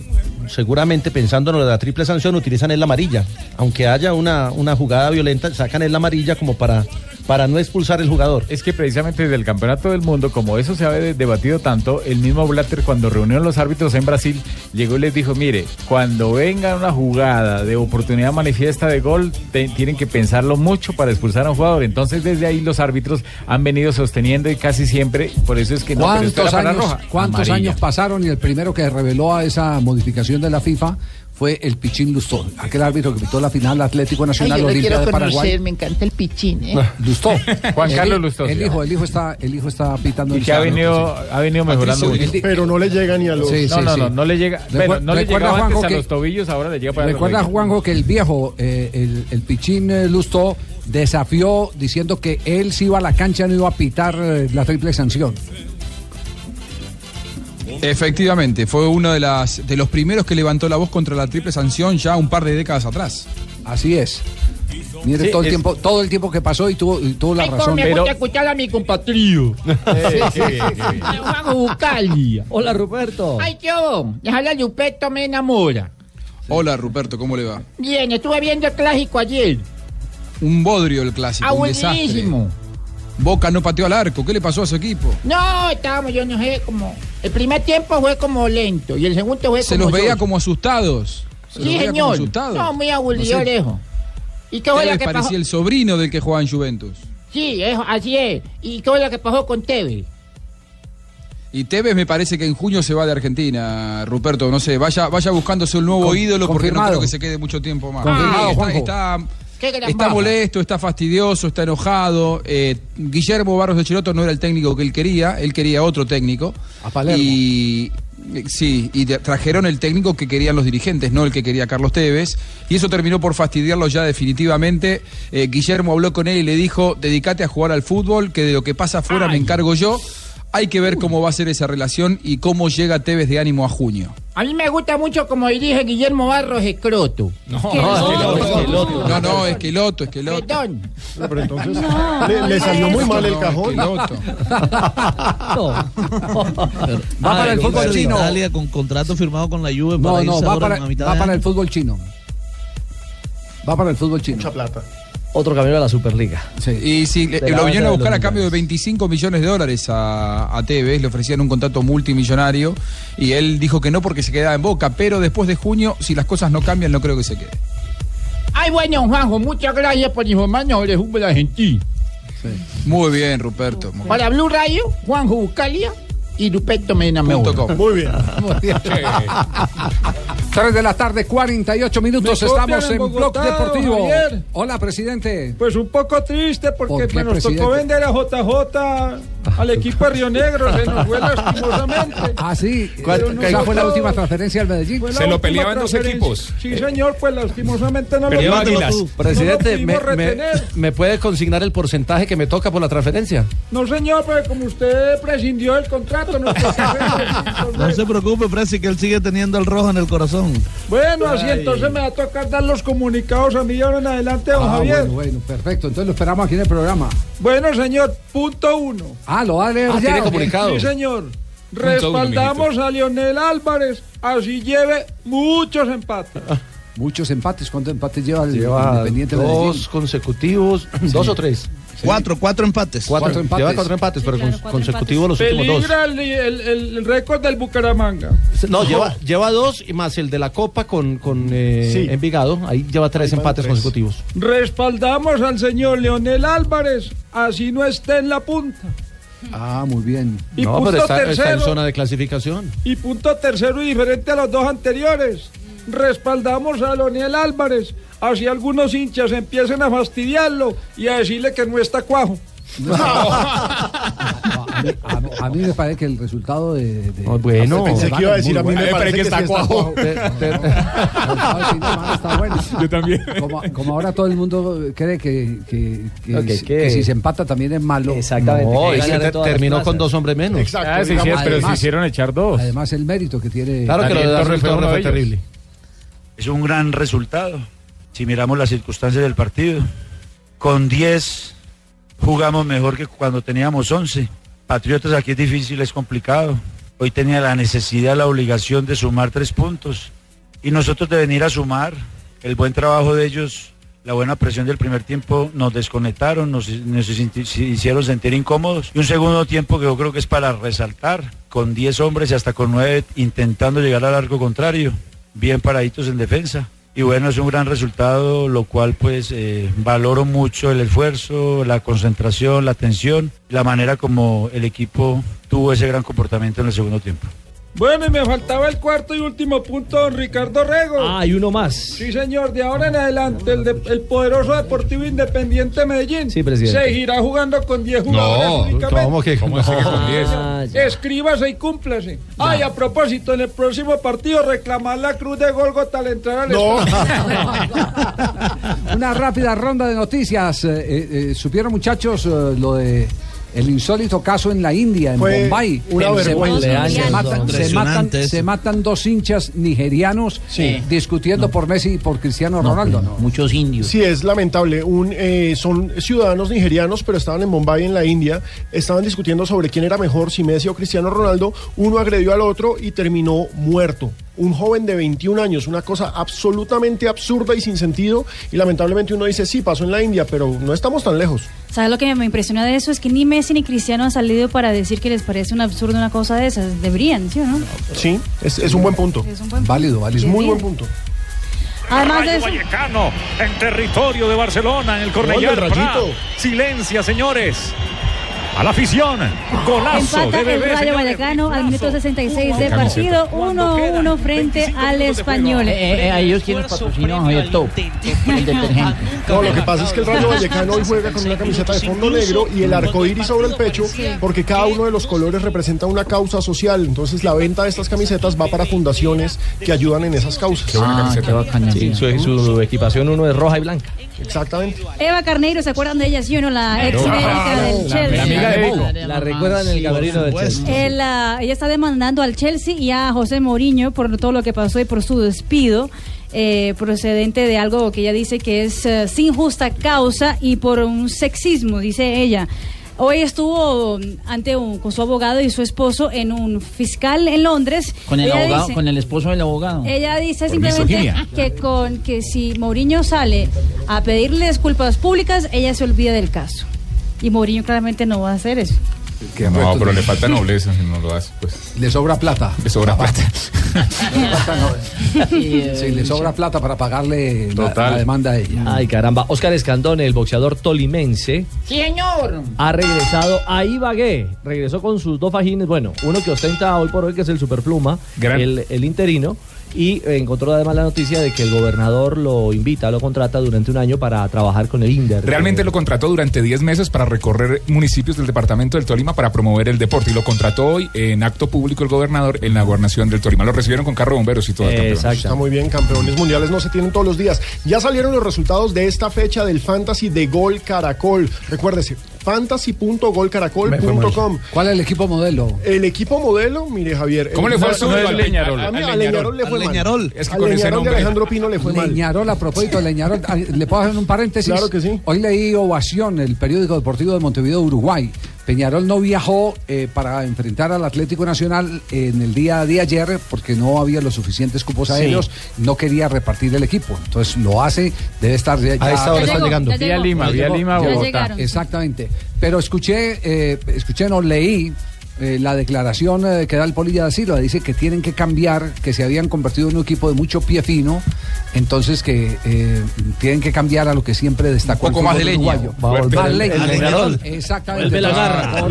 S5: seguramente pensando en lo de la triple sanción utilizan el amarilla. Aunque haya una, una jugada violenta, sacan el amarilla como para, para no expulsar el jugador.
S7: Es que precisamente desde el Campeonato del Mundo, como eso se ha de- debatido tanto, el mismo Blatter cuando reunió a los árbitros en Brasil, llegó y les dijo, mire, cuando venga una jugada de oportunidad manifiesta de gol, te- tienen que pensarlo mucho para expulsar a un jugador. Entonces desde ahí los árbitros han venido sosteniendo y casi siempre, por eso es que no, pero esto
S1: ¿Cuántos,
S7: era para
S1: años,
S7: roja.
S1: cuántos
S7: Amarilla.
S1: años pasaron y el primero que reveló a esa modificación de la FIFA fue el Pichín Lustó, aquel árbitro que pitó la final Atlético
S23: Ay,
S1: Nacional
S23: yo lo
S1: Olimpia
S23: quiero
S1: de
S23: conocer,
S14: eh.
S1: Paraguay.
S23: me encanta el pichín, ¿eh?
S1: Lustó.
S7: Juan
S1: El-
S7: Carlos Lustó,
S1: El
S7: sí.
S1: hijo, el hijo está, el hijo está pitando
S7: Y
S1: el
S7: que ha
S1: sábado,
S7: venido,
S1: sí.
S7: ha venido mejorando mucho.
S6: pero no le llega ni a los...
S1: Sí,
S7: no,
S1: sí,
S7: no,
S1: sí.
S7: no, no le llega.
S1: Recuer-
S7: Bueno, no le
S1: recuerda,
S7: llegaba antes
S1: Juanjo,
S7: a
S1: que-
S7: los tobillos, ahora le llega para
S1: Recuerda,
S7: los
S1: Juanjo, que el viejo, eh, el, el pichín eh, Lustó, desafió diciendo que él si iba a la cancha no iba a pitar eh, la triple sanción.
S21: Efectivamente, fue uno de, las, de los primeros que levantó la voz contra la triple sanción ya un par de décadas atrás.
S1: Así es. Mire
S25: Sí,
S1: todo el
S25: es-
S1: tiempo, todo el tiempo que pasó y tuvo, y tuvo la
S14: Ay, cómo
S1: razón.
S14: me gusta escuchar a mi compatrio.
S1: sí, sí.
S14: Juan Bucali.
S8: Hola, Ruperto.
S14: Ay, yo. Les habla Lupeto, me enamora.
S21: Hola, Ruperto, ¿cómo le va?
S14: Bien, estuve viendo el clásico ayer.
S21: Un bodrio el clásico,
S14: Ah,
S21: un desastre.
S14: buenísimo.
S21: Boca no pateó al arco, ¿qué le pasó a su equipo?
S14: No, estábamos, yo no sé, como... El primer tiempo fue como lento y el segundo fue como...
S21: Se los veía
S14: soso.
S21: como asustados. Se los
S14: Sí,
S21: veía como
S14: señor.
S21: asustados.
S14: No, muy aburrido,
S21: No sé.
S14: lejos. ¿Y qué fue
S21: Tevez
S14: lo que
S21: parecía
S14: pasó?
S21: el sobrino del que jugaba en Juventus.
S14: Sí, eso, así es. ¿Y qué fue lo que pasó con Tevez?
S21: Y Tevez me parece que en junio se va de Argentina, Ruperto. No sé, vaya, vaya buscándose un nuevo
S1: Con-
S21: ídolo porque no
S1: confirmado.
S21: creo que se quede mucho tiempo
S1: Ah,
S21: más.
S1: Confirmado,
S21: Sí,
S1: Juanjo.
S21: está,
S14: Qué
S21: está,
S14: gran
S21: está
S14: baja.
S21: molesto, está fastidioso, está enojado. Eh, Guillermo Barros de Chiroto no era el técnico que él quería, él quería otro técnico.
S1: A Palermo.
S21: Y eh, sí, y tra- trajeron el técnico que querían los dirigentes, no el que quería Carlos Tevez. Y eso terminó por fastidiarlo ya definitivamente. Eh, Guillermo habló con él y le dijo, dedícate a jugar al fútbol, que de lo que pasa afuera me encargo yo. Hay que ver cómo va a ser esa relación y cómo llega Tevez de ánimo a junio.
S14: A mí me gusta mucho como dirige Guillermo Barros Escroto.
S21: No,
S14: Esqueloto,
S21: no, no, no, esqueloto, esqueloto.
S14: Perdón.
S6: Pero entonces
S14: No,
S6: le, le salió muy mal el
S21: No,
S6: cajón.
S21: esqueloto.
S6: Va para el fútbol chino.
S9: Italia con contrato firmado con la Juve
S1: No,
S9: para
S1: no,
S9: irse
S1: va
S9: ahora
S1: para,
S9: en la mitad
S1: va
S9: de
S1: para
S9: año.
S1: el fútbol chino. Va para el fútbol chino.
S6: Mucha plata.
S8: Otro camino a la Superliga.
S21: Y sí, le-
S8: De la
S21: lo
S8: base
S21: vinieron a
S8: de
S21: buscar
S8: los
S21: a cambio de 25 millones de dólares a, a Tevez, le ofrecían un contrato multimillonario y él dijo que no porque se quedaba en Boca, pero después de junio, si las cosas no cambian, no creo que se quede.
S14: Ay, bueno, Juanjo, muchas gracias por informarnos sobre el fútbol argentino.
S21: Muy bien, Ruperto. Muy
S14: Para Blue Radio, Juanjo Buscalia y Ruperto Mena
S21: Punto
S14: Mejor.
S21: com.
S6: Muy bien.
S1: Muy bien. 3 de la tarde, 48 minutos.
S15: Me copian
S1: Estamos
S15: en
S1: en
S15: Bogotá,
S1: Blog Deportivo.
S15: don Javier.
S1: Hola, presidente.
S15: Pues un poco triste porque
S1: ¿Por qué,
S15: nos
S1: presidente?
S15: tocó vender a JJ al equipo de Río Negro, se nos fue lastimosamente.
S1: Ah, sí.
S15: Pero no
S1: ¿Esa fue la
S15: tocó.
S1: última transferencia al Medellín?
S15: Fue la última transferencia. Sí, señor, pues lastimosamente no lo
S5: Pero
S15: pudimos-
S5: tú.
S15: no lo
S5: Presidente, me,
S15: pudimos
S5: me,
S15: retener.
S5: ¿me puede consignar el porcentaje que me toca por la transferencia?
S15: No, señor, pero como usted prescindió del contrato, no puede hacer.
S9: No se preocupe, Presi, que él sigue teniendo el rojo en el corazón.
S15: Bueno, así
S9: Ay.
S15: entonces me va a tocar dar los comunicados a mí ahora en adelante, don
S1: Ah,
S15: Javier.
S1: bueno, bueno, perfecto. Entonces lo esperamos aquí en el programa.
S15: Bueno, señor, punto uno.
S1: Ah, lo va a leer
S5: Ah,
S1: ya.
S5: tiene
S1: ¿o qué?
S5: comunicado.
S15: Sí, señor.
S5: uno,
S15: Respaldamos a Leonel Álvarez, así lleve muchos empates.
S5: Ah,
S1: Muchos empates. ¿Cuántos empates lleva el
S5: Lleva
S1: Independiente
S5: dos
S1: Medellín?
S5: consecutivos, dos o tres.
S9: Cuatro, cuatro empates.
S5: Cuatro,
S1: Cuatro empates.
S5: Lleva cuatro empates, pero
S15: claro,
S5: con-
S15: cuatro
S5: consecutivos los últimos
S15: Peligra el, el- el- el récord del Bucaramanga.
S5: dos. No, lleva, lleva dos y más el de la Copa con, con eh,
S6: Sí.
S5: Envigado. Ahí lleva tres
S6: Ahí van
S5: empates
S6: tres.
S5: consecutivos.
S15: Respaldamos al señor Leonel Álvarez, así no esté en la punta.
S1: Ah, muy bien.
S15: Y
S5: no,
S15: punto
S5: pero está, está
S15: tercero.
S5: en zona de clasificación.
S15: Y punto tercero y diferente a los dos anteriores. Respaldamos a Leonel Álvarez. Así algunos hinchas empiecen a fastidiarlo y a decirle que no está cuajo.
S1: A mí, a- a mí me parece que el resultado de. de-
S5: No, bueno.
S6: Pensé que iba a decir a mí me parece que, sí está cuajo.
S1: Ah, sí, no, está bueno.
S2: Yo también.
S1: Como, como ahora todo el mundo cree que, que- que
S8: Ok,
S1: si-
S8: ¿qué?
S1: que si se empata también es malo.
S8: Exactamente.
S5: No,
S8: que
S5: es que
S8: ganan
S5: te-
S8: todas las
S5: terminó
S8: plazas.
S5: con dos hombres menos.
S6: Exacto.
S25: Ah, sí, sí,
S6: digamos.
S25: pero se
S1: además-
S25: hicieron echar dos.
S1: Además, el mérito que tiene.
S5: Claro que lo de
S25: Daniel
S5: Darwin
S25: Torres fue
S5: Torres
S25: uno
S5: fue
S25: de ellos.
S5: terrible.
S26: Es un gran resultado. Si miramos las circunstancias del partido, con 10 jugamos mejor que cuando teníamos 11. Patriotas aquí es difícil, es complicado. Hoy tenía la necesidad, la obligación de sumar tres puntos. Y nosotros de venir a sumar, el buen trabajo de ellos, la buena presión del primer tiempo, nos desconectaron, nos, nos sinti- se hicieron sentir incómodos. Y un segundo tiempo que yo creo que es para resaltar, con 10 hombres y hasta con 9 intentando llegar al arco contrario, bien paraditos en defensa. Y bueno, es un gran resultado, lo cual pues eh, valoro mucho el esfuerzo, la concentración, la atención, la manera como el equipo tuvo ese gran comportamiento en el segundo tiempo.
S15: Bueno, y me faltaba el cuarto y último punto, don Ricardo Rego.
S8: Ah, hay uno más.
S15: Sí, señor, de ahora en adelante, el, de- el poderoso Deportivo Independiente Medellín
S8: Sí, presidente.
S15: seguirá jugando con 10 jugadores únicamente.
S5: ¿Cómo que?
S2: ¿Cómo es que con 10?
S8: Ah, ya.
S15: Escríbase y cúmplase. Ay, a propósito, en el próximo partido reclamar la cruz de Golgota al entrar al
S6: No.
S15: estadio.
S1: Una rápida ronda de noticias. Eh, eh, eh, ¿Supieron, muchachos, eh, lo de El insólito caso en la India, en
S6: Fue
S1: Bombay.
S6: una
S1: Se
S6: vergüenza.
S1: matan- Se
S6: Cumpleaños, don.
S1: matan, se matan,
S6: Impresionante
S1: se matan dos hinchas nigerianos
S6: Sí.
S1: discutiendo por Messi y por Cristiano Ronaldo. ¿no? pues,
S6: Muchos indios. Sí, es lamentable. Un, eh, son ciudadanos nigerianos, pero estaban en Bombay, en la India. Estaban discutiendo sobre quién era mejor, si Messi o Cristiano Ronaldo. Uno agredió al otro y terminó muerto. Un joven de 21 años, una cosa absolutamente absurda y sin sentido. Y lamentablemente uno dice, sí, pasó en la India, pero no estamos tan lejos.
S4: ¿Sabes lo que me impresiona de eso? Es que ni Messi ni Cristiano han salido para decir que les parece un absurdo una cosa de esas. Deberían, ¿sí o no?
S6: Sí, es, es un buen punto.
S4: Es un buen
S1: Válido,
S6: Es
S1: válido.
S6: muy buen punto.
S4: Además de
S10: Rayo
S4: eso,
S10: Vallecano en territorio de Barcelona, en el Cornellà.
S6: Gol
S10: Prat.
S6: del Rayito.
S10: Silencia, señores. A la afición. Golazo
S4: empata
S10: de
S4: el
S10: bebé,
S4: Rayo
S10: señores.
S4: Vallecano al minuto 66 de
S10: Camiseta.
S4: partido 1-1 frente al español.
S11: Eh, eh, a ellos quienes patrocinan Javier Top. El detergente.
S6: No, lo que pasa es que el Rayo Vallecano hoy juega con una camiseta de fondo negro y el arco iris sobre el pecho, porque cada uno de los colores representa una causa social. Entonces, la venta de estas camisetas va para fundaciones que ayudan en esas causas.
S8: Qué buena Ah, camiseta. qué bacana, Sí, sí. su- su
S6: equipación uno es roja y blanca. Exactamente.
S4: Eva Carneiro, ¿se acuerdan de ella, sí o no? La ex
S6: Claro.
S8: Ah,
S4: médica del
S6: La- la
S4: Chelsea.
S6: amiga de Bo.
S8: La recuerdan en el gabarito de Chelsea.
S4: Él, ah, ella está demandando al Chelsea y a José Mourinho por todo lo que pasó y por su despido. eh, procedente de algo que ella dice que es eh, sin justa causa y por un sexismo, dice ella. Hoy estuvo mm, ante un- con su abogado y su esposo en un fiscal en Londres.
S11: Con el
S4: Ella
S11: abogado,
S4: dice-
S11: con el esposo del abogado.
S4: ella dice
S11: Por
S4: simplemente
S11: misoginia.
S4: que con que si Mourinho sale a pedirle disculpas públicas, ella se olvida del caso. Y Mourinho claramente no va a hacer eso.
S2: No,
S1: puestos
S2: pero
S1: de-
S2: le falta nobleza si no lo hace, pues.
S1: Le sobra plata.
S2: Le sobra plata.
S1: Sí, le sobra plata para pagarle la, la demanda a ella.
S8: Ay, caramba. Oscar Escandone, el boxeador tolimense,
S14: Sí, señor.
S8: ha regresado a Ibagué. Regresó con sus dos fajines. Bueno, uno que ostenta hoy por hoy, que es el Superpluma,
S10: Gran.
S8: el, el interino. Y eh, encontró además la noticia de que el gobernador lo invita, lo contrata durante un año para trabajar con el INDER.
S2: Realmente lo contrató durante 10 meses para recorrer municipios del departamento del Tolima para promover el deporte. Y lo contrató hoy en acto público el gobernador en la gobernación del Tolima. Lo recibieron con carro de bomberos y todo. campeón.
S6: Está muy bien, campeones mundiales no se tienen todos los días. Ya salieron los resultados de esta fecha del Fantasy de Gol Caracol. Recuérdese, fantasy.golcaracol.com.
S1: ¿Cuál es el equipo modelo?
S6: El equipo modelo, mire Javier.
S1: ¿Cómo le fue al
S6: No,
S1: suyo,
S6: no es
S1: al
S6: Leñarol?
S1: Peñarol?
S6: A mí
S1: Al
S6: a Leñarol le
S1: Leñarol.
S6: fue
S1: Al
S6: mal.
S1: Leñarol.
S6: Es que con ese nombre. Alejandro Pino le fue mal.
S1: Leñarol, a propósito, Leñarol, ah, le puedo hacer un paréntesis.
S6: Claro que sí.
S1: Hoy leí Ovación, el periódico deportivo de Montevideo, Uruguay. Peñarol no viajó eh, para enfrentar al Atlético Nacional eh, en el día de ayer porque no había los suficientes cupos
S5: Sí.
S1: aéreos, no quería repartir el equipo. Entonces lo hace, debe estar ya.
S5: A esta hora Ya
S1: está
S5: están llegó, llegando. ya Vía llegó. Lima, vía Lima,
S1: llegó.
S5: Bogotá. llegaron, sí.
S1: Exactamente. Pero escuché, eh, escuché, no leí. eh, la declaración eh, que da el Polilla de Silva dice que tienen que cambiar, que se habían convertido en un equipo de mucho pie fino, entonces que eh, tienen que cambiar a lo que siempre destacó
S21: Un poco
S1: el
S21: más
S1: fútbol
S21: de leña.
S1: uruguayo.
S21: Va a volver
S1: Más
S21: el-
S1: leña.
S21: el Leñarol.
S1: Exactamente.
S21: Vuelve la
S8: garra.
S1: Ah,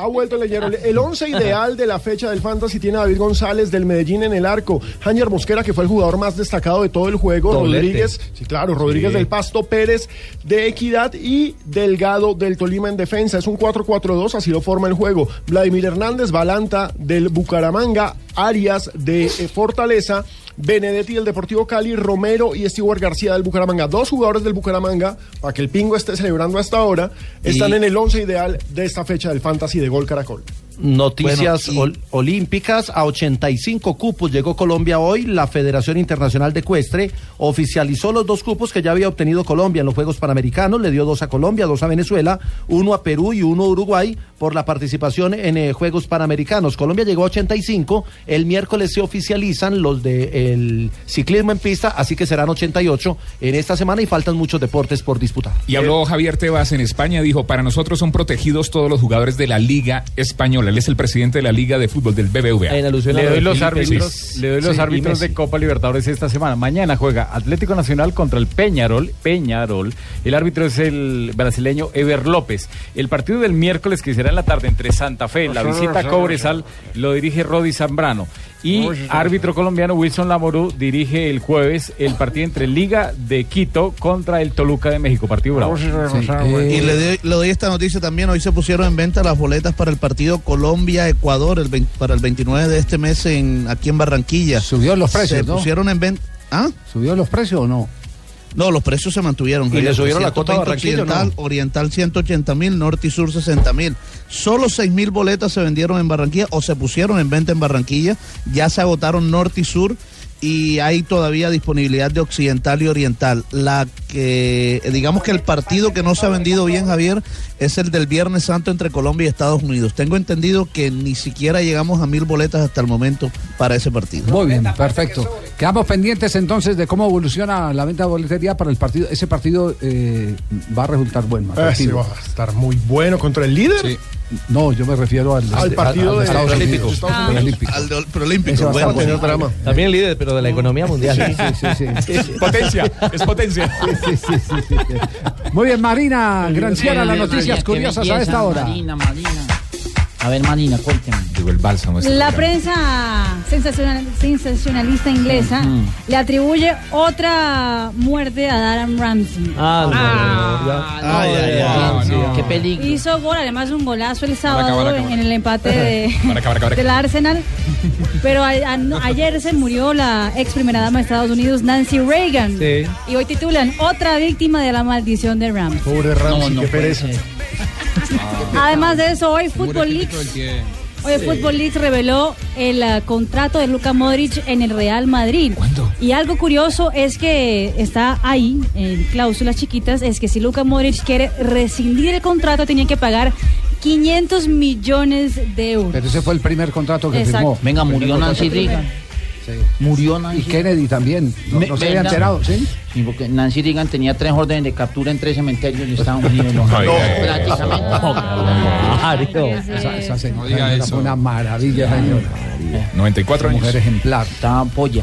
S6: Ha vuelto el Leñarol. El once ideal de la fecha del Fantasy tiene a David González del Medellín en el arco. Jañer Mosquera, que fue el jugador más destacado de todo el juego.
S10: Doblete.
S6: Rodríguez, sí, claro, Rodríguez
S10: Sí.
S6: del Pasto, Pérez de Equidad y Delgado del Tolima en defensa. Es un 4-4-2, así lo forma el juego. Vladimir Hernández, Balanta del Bucaramanga, Arias de eh, Fortaleza. Benedetti del Deportivo Cali, Romero y Stewart García del Bucaramanga. Dos jugadores del Bucaramanga, para que el pingo esté celebrando hasta ahora, están
S16: Y-
S6: en el 11 ideal de esta fecha del Fantasy de Gol Caracol.
S5: Noticias
S6: Bueno, y-
S5: ol- olímpicas, a 85 cupos llegó Colombia hoy, la Federación Internacional de Ecuestre oficializó los dos cupos que ya había obtenido Colombia en los Juegos Panamericanos, le dio dos a Colombia, dos a Venezuela, uno a Perú y uno a Uruguay por la participación en eh, Juegos Panamericanos. Colombia llegó a 85, el miércoles se oficializan los del ciclismo en pista, así que serán 88 en esta semana y faltan muchos deportes por disputar.
S2: Y habló Javier Tebas en España, dijo, para nosotros son protegidos todos los jugadores de la Liga Española. Él es el presidente de la Liga de Fútbol del BBVA.
S7: Le doy los árbitros,
S2: Sí.
S7: le doy los
S2: Sí, y
S7: árbitros
S2: Messi.
S7: de Copa Libertadores esta semana. Mañana juega Atlético Nacional contra el Peñarol. Peñarol. El árbitro es el brasileño Ever López. El partido del miércoles que será en la tarde entre Santa Fe, la visita a Cobresal, lo dirige Rodi Zambrano. Y árbitro colombiano Wilson Lamorú dirige el jueves el partido entre Liga de Quito contra el Toluca de México. Partido bravo. Eh,
S1: Eh,
S9: Y le doy, le doy esta noticia también. Hoy se pusieron en venta las boletas para el partido Colombia-Ecuador el vein- para el 29 de este mes en, aquí en Barranquilla.
S1: Subió los precios,
S9: Se
S1: ¿no?
S9: pusieron en venta. ¿Ah?
S1: ¿Subió los precios o no?
S9: No, los precios se mantuvieron.
S5: Y
S9: Javier,
S5: le subieron la
S9: 320
S5: cuota a Barranquilla,
S9: Occidental,
S5: ¿no?
S9: Oriental 180 mil, Norte y Sur 60 mil. Solo 6 mil boletas se vendieron en Barranquilla o se pusieron en venta en Barranquilla. Ya se agotaron Norte y Sur y hay todavía disponibilidad de Occidental y Oriental. La que, digamos que el partido que no se ha vendido bien, Javier, es el del Viernes Santo entre Colombia y Estados Unidos. Tengo entendido que ni siquiera llegamos a mil boletas hasta el momento para ese partido.
S1: Muy bien,
S11: Ah,
S1: perfecto. Quedamos pendientes entonces de cómo evoluciona la venta de boletería para el partido. Ese partido eh, va a resultar
S21: Eh,
S1: bueno.
S6: Ese
S1: atractivo.
S6: va a estar muy bueno contra el líder.
S1: No, yo me refiero al,
S6: Al
S2: Ah,
S6: partido de-
S1: Estados
S6: del
S1: Unidos,
S6: Olímpico.
S1: del Olímpico.
S9: Al del
S1: Ese va
S9: preolímpico.
S1: a
S9: Bueno,
S1: estar
S9: bueno.
S1: bueno.
S8: También líder, pero de la economía mundial.
S2: Potencia, es potencia.
S1: Muy bien, Marina Granciera, las
S11: María,
S1: noticias
S11: qué
S1: curiosas a
S11: belleza,
S1: esta hora.
S11: Marina, Marina. A ver, Marina, cuénteme.
S2: Digo, el bálsamo.
S4: La prensa sensacional- sensacionalista inglesa
S11: Mm.
S4: le atribuye otra muerte a Adam Ramsey.
S9: Ah.
S8: Ah,
S11: no,
S8: Ay, ay, ay.
S11: sí, Qué peligro.
S4: Hizo gol, además un golazo el
S11: Para
S4: sábado
S11: acá, para acá, para
S4: en el empate de,
S11: Para acá, para acá, para acá.
S4: del Arsenal. Pero a- a- no- ayer se murió la ex primera dama de Estados Unidos, Nancy Reagan.
S8: Sí.
S4: Y hoy titulan Otra víctima de la maldición de Ramsey.
S6: Pobre Ramsey, qué pereza.
S4: Además de eso, hoy Football Leaks Hoy el
S6: Sí.
S4: Football League reveló el ah, contrato de Luka Modric en el Real Madrid. Y algo curioso es que está ahí, en cláusulas chiquitas, es que si Luka Modric quiere rescindir el contrato, tenía que pagar 500 millones de euros.
S1: Pero ese fue el primer contrato que
S4: Exacto.
S1: firmó.
S11: Venga, murió
S1: Primer
S11: Nancy
S1: contrato.
S11: Reagan.
S1: Sí.
S11: Murió Nancy
S1: Y Kennedy también. No, no se había
S11: Venga.
S1: enterado, ¿sí?
S11: Sí, porque Nancy Reagan tenía tres órdenes de captura en tres cementerios de Estados Unidos. ¿no?
S1: Ay, ay,
S11: Prácticamente.
S1: Esa, esa señora era una maravilla, señor.
S2: 94 años.
S1: Mujer ejemplar.
S11: Estaba polla.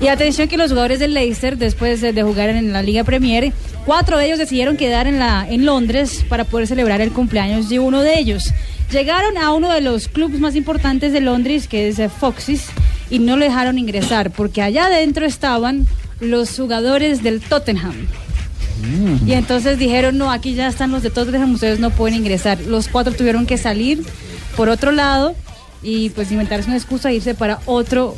S4: Y atención que los jugadores del Leicester, después eh, de, de jugar en la Liga Premier, cuatro de ellos decidieron quedar en, la, en Londres para poder celebrar el cumpleaños de uno de ellos. Llegaron a uno de los clubes más importantes de Londres, que es eh, Foxes, y no lo dejaron ingresar, porque allá adentro estaban los jugadores del Tottenham. Y
S17: Mm.
S4: entonces dijeron, no, aquí ya están los de Tottenham, ustedes no pueden ingresar. Los cuatro tuvieron que salir por otro lado y pues inventarse una excusa e irse para otro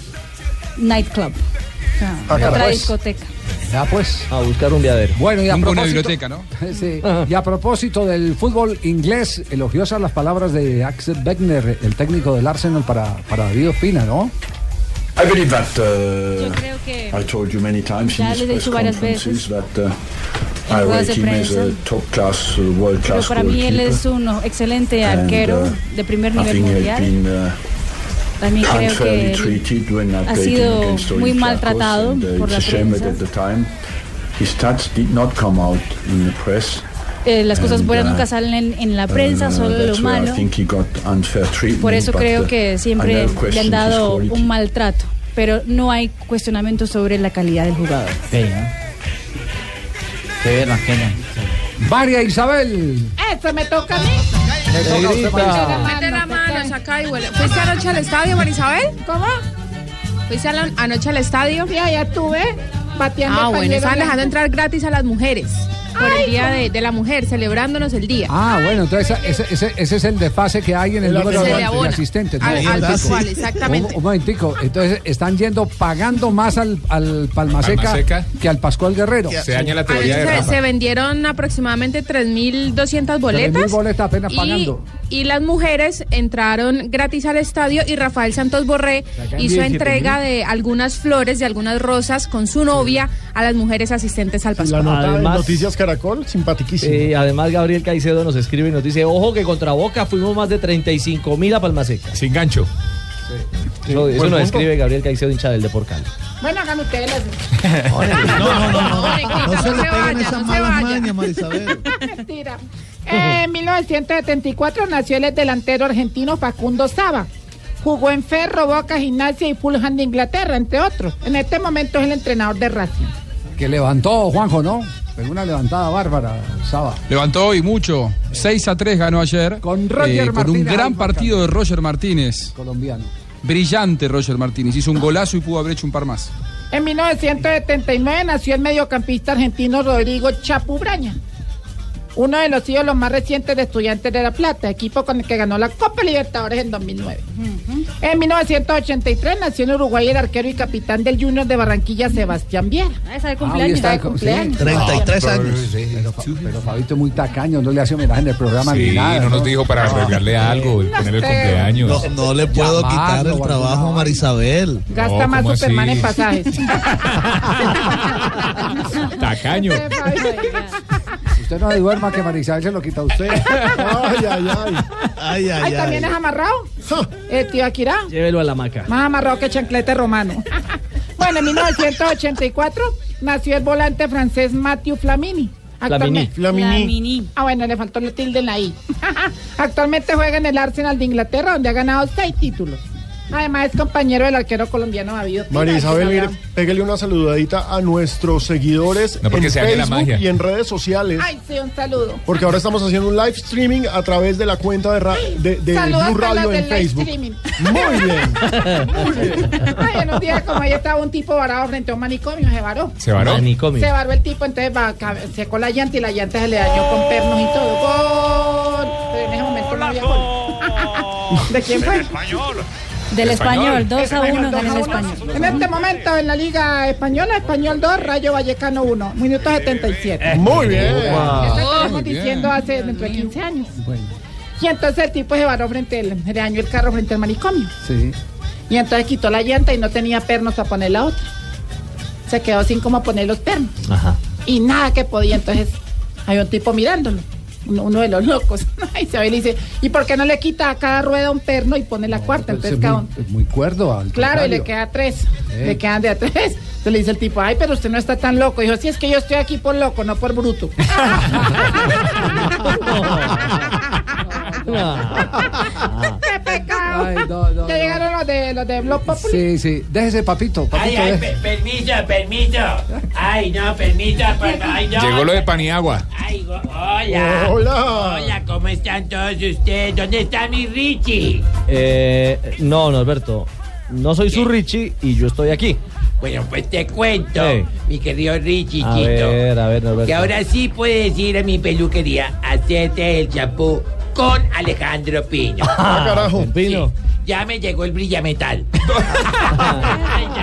S4: nightclub. O sea,
S1: Ah,
S4: otra
S1: caray.
S4: discoteca.
S1: Ya pues.
S8: A buscar un viadero.
S1: Bueno, y a
S8: Ninguna
S1: propósito,
S8: biblioteca,
S21: ¿no?
S1: Sí. Y a propósito del fútbol inglés, elogiosas las palabras de Axel Beckner, el técnico del Arsenal para, para David Ospina, ¿no?
S17: I believe that
S4: Yo creo que
S17: uh, I told you many times in
S4: Ya les he
S17: these
S4: dicho
S17: press
S4: varias
S17: conferences that uh,
S4: en
S17: I
S4: ruedas de
S17: rate him as a
S4: prensa.
S17: top class, uh, world
S4: Pero
S17: class
S4: para mí él es
S17: goalkeeper.
S4: un excelente
S17: And,
S4: arquero
S17: uh,
S4: de primer
S17: I
S4: nivel
S17: think he has
S4: mundial.
S17: been uh,
S4: También creo
S17: unfairly
S4: que
S17: treated when I
S4: ha
S17: played him
S4: sido
S17: against
S4: muy maltratado
S17: Olympiacos. And, uh,
S4: por
S17: it's
S4: la
S17: a shame that
S4: prensa.
S17: at the time his stats did not come out in the press.
S4: eh, las cosas
S17: And,
S4: buenas
S17: uh,
S4: nunca salen en, en la prensa,
S17: And, uh,
S4: solo lo
S17: that's where I
S4: malo.
S17: think he got unfair treatment,
S4: Por eso
S17: but,
S4: creo
S17: uh,
S4: que
S17: I
S4: siempre
S17: never
S4: le han
S17: questioned his
S4: dado
S17: quality.
S4: un maltrato, pero no hay cuestionamiento sobre la calidad del jugador.
S11: Qué verga, qué verga.
S1: María Isabel.
S14: Esto me toca a mí.
S1: Le
S22: Eh,
S1: toca a usted, María Isabel.
S22: Mete la mano, saca y vuelve. ¿Fuiste anoche al estadio, Marisabel? ¿Cómo? ¿Fuiste a la- anoche al estadio? Sí, allá estuve
S14: bateando el
S22: Ah, bueno,
S14: pañuelo
S22: estaban dejando
S14: blanco.
S22: entrar gratis a las mujeres por el Día de, de la Mujer, celebrándonos el día.
S1: Ah, bueno, entonces ese, ese- ese es el desfase que hay en el
S22: El
S1: número
S22: orden
S1: de,
S22: se le
S1: de
S22: abona
S1: asistentes. Un
S22: al- al
S1: momentico.
S22: virtual, exactamente.
S1: Un, un momentico, entonces están yendo pagando más al, al Palmaseca,
S2: Palmaseca.
S1: que al Pascual Guerrero.
S2: Se daña la
S22: Anoche
S2: teoría de
S22: Ah, se,
S2: Rafa.
S22: se vendieron aproximadamente 3.200 boletas.
S1: 3.000 boletas apenas
S22: y,
S1: pagando.
S22: Y las mujeres entraron gratis al estadio y Rafael Santos Borré
S18: Sacan
S22: hizo
S18: 17.000.
S22: entrega de algunas flores, de algunas rosas con su novia a las mujeres asistentes al
S6: La
S22: Pascual.
S6: nota de
S8: Además-
S6: Noticias Caracol, simpatiquísima.
S8: Sí, además Gabriel Caicedo nos escribe y nos dice, ojo que contra Boca fuimos más de 35 mil a Palmaseca. Sin gancho. Eso, eso
S6: Buen
S8: nos
S6: punto.
S8: escribe Gabriel Caicedo, hincha del Deporcal.
S14: Bueno, hagan ustedes las...
S9: No se le peguen
S14: no
S9: esas
S14: se
S9: malas
S14: vaya.
S9: mañas, Marisabel.
S14: Mentira. Eh, en 1974 nació el delantero argentino Facundo Saba. Jugó en Ferro, Boca, Gimnasia y Fulham de Inglaterra, entre otros. En este momento es el entrenador de Racing.
S1: Que levantó Juanjo, ¿no? Pero una levantada bárbara, Saba.
S21: Levantó hoy mucho. 6 a 3 ganó ayer. Con
S1: Roger
S21: Con un
S1: Martínez
S21: gran
S1: al
S21: partido de Roger Martínez.
S1: Colombiano.
S21: Brillante Roger Martínez. Hizo un golazo y pudo haber hecho un par más.
S14: En 1979 nació el mediocampista argentino Rodrigo Chapubraña. uno de los ídolos más recientes de Estudiantes de La Plata, equipo con el que ganó la Copa Libertadores en 2009. En 1983 nació en Uruguay el arquero y capitán del Junior de Barranquilla, Sebastián Viera.
S22: Esa de
S1: Ah, hoy
S22: cumpleaños.
S1: está de cum- sí. Ah, pero- sí, Pero, pero Fabito es muy tacaño, no le hace homenaje en el programa
S2: Sí,
S1: ni nada.
S2: no nos dijo para
S7: Ah.
S2: arreglarle
S14: Ah,
S2: algo y poner el cumpleaños.
S9: No, no le puedo quitar el trabajo a Marisabel.
S14: Gasta más Superman en pasajes.
S2: Tacaño.
S1: Usted no se duerma que Marisabel se lo quita a usted. Pues
S6: Ay, ay, ay.
S9: Ay,
S14: Ay, también es amarrado. Eh, tío Akira.
S8: Llévelo a la maca.
S14: Más amarrado que chanclete romano. Bueno, en 1984 nació el volante francés Mathieu Flamini. Actualmente-
S27: Flamini. Flamini.
S14: Ah, bueno, le faltó la tilde en la I. Actualmente juega en el Arsenal de Inglaterra, donde ha ganado seis títulos. Además, es compañero del arquero colombiano David Ospina,
S6: María
S14: que
S6: Isabel, mire,
S14: hablamos.
S6: pégale una saludadita a nuestros seguidores
S2: No, porque
S6: en
S2: se daña la magia.
S6: Facebook y en redes sociales.
S14: Ay, sí, un saludo.
S6: Porque ahora estamos haciendo un live streaming a través de la cuenta de, ra- de, de
S14: Saludos a
S6: Blue
S14: todos
S6: Radio
S14: los del
S6: en
S14: live
S6: Facebook.
S14: streaming.
S6: Muy bien.
S14: Ay, en un día como ahí estaba un tipo varado frente a un manicomio, se varó.
S2: Se varó. Manicomio.
S14: Se varó el tipo, entonces va- ca- secó la llanta y la llanta se le dañó con pernos y todo. ¡Gol! Pero en ese momento no había gol. ¿De quién fue?
S22: Del español, 2 a 1 gana el español.
S14: En este momento en la Liga Española, Español 2, Rayo Vallecano 1, minuto 77.
S6: Muy bien.
S14: Eso
S6: Wow.
S14: estamos
S6: Muy bien.
S14: diciendo hace dentro de 15 años. Y entonces el tipo se varó frente al, le dañó el carro frente al manicomio.
S1: Sí.
S14: Y entonces quitó la llanta y no tenía pernos para poner la otra. Se quedó sin cómo poner los pernos.
S8: Ajá.
S14: Y nada que podía. Entonces hay un tipo mirándolo. Uno, uno de los locos. Y se ve y le dice, ¿y por qué no le quita a cada rueda un perno y pone la cuarta?
S1: Ese pues,
S14: Entonces
S1: Es
S14: cada uno-
S1: muy, es muy cuerdo. al
S14: Claro, y
S1: contrario.
S14: le
S1: Eh.
S14: queda tres.
S1: Sí.
S14: Le quedan de a tres. Entonces le dice el tipo, ay, pero usted no está tan loco. Dijo, sí, es que yo estoy aquí por loco, no por bruto.
S1: Ah,
S14: ¡Qué pecado! ya llegaron los de, los de Blog
S1: Sí,
S14: Populi.
S1: sí. Déjese, papito. papito
S23: Ay, ay,
S1: déjese.
S23: per- permiso, permiso. Ay, no, permiso. por- Ay, no.
S2: Llegó lo de Paniagua.
S23: Ay, go- hola.
S2: Hola.
S23: Hola, ¿cómo están todos ustedes? ¿Dónde está mi Richie?
S8: Eh, no, Norberto. No soy su Richie y yo estoy aquí.
S23: Bueno, pues te cuento,
S8: Ey.
S23: mi querido Richie,
S8: A
S23: chiquito.
S8: ver, a ver, Norberto.
S23: Que ahora sí puedes ir a mi peluquería a hacerte el champú con Alejandro Piño.
S8: Ah, carajo. con Pino.
S23: Sí, ya me llegó el brillametal.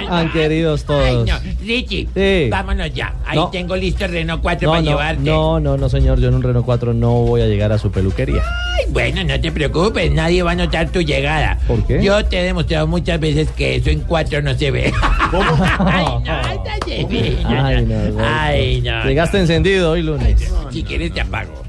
S8: Han queridos todos.
S23: No, Richie,
S8: Sí.
S23: vámonos ya. Ahí
S8: No.
S23: tengo listo el Renault 4
S8: No,
S23: para
S8: no,
S23: llevarte.
S8: no, no, no, señor. Yo en un Renault 4 no voy a llegar a su peluquería.
S23: Ay, bueno, no te preocupes, nadie va a notar tu llegada.
S8: ¿Por qué?
S23: Yo te he demostrado muchas veces que eso en 4 no se ve. Ay, no, ay, no, ay, no,
S8: Ay, no,
S23: Ay, no.
S8: Llegaste encendido hoy lunes.
S23: Si quieres te apago.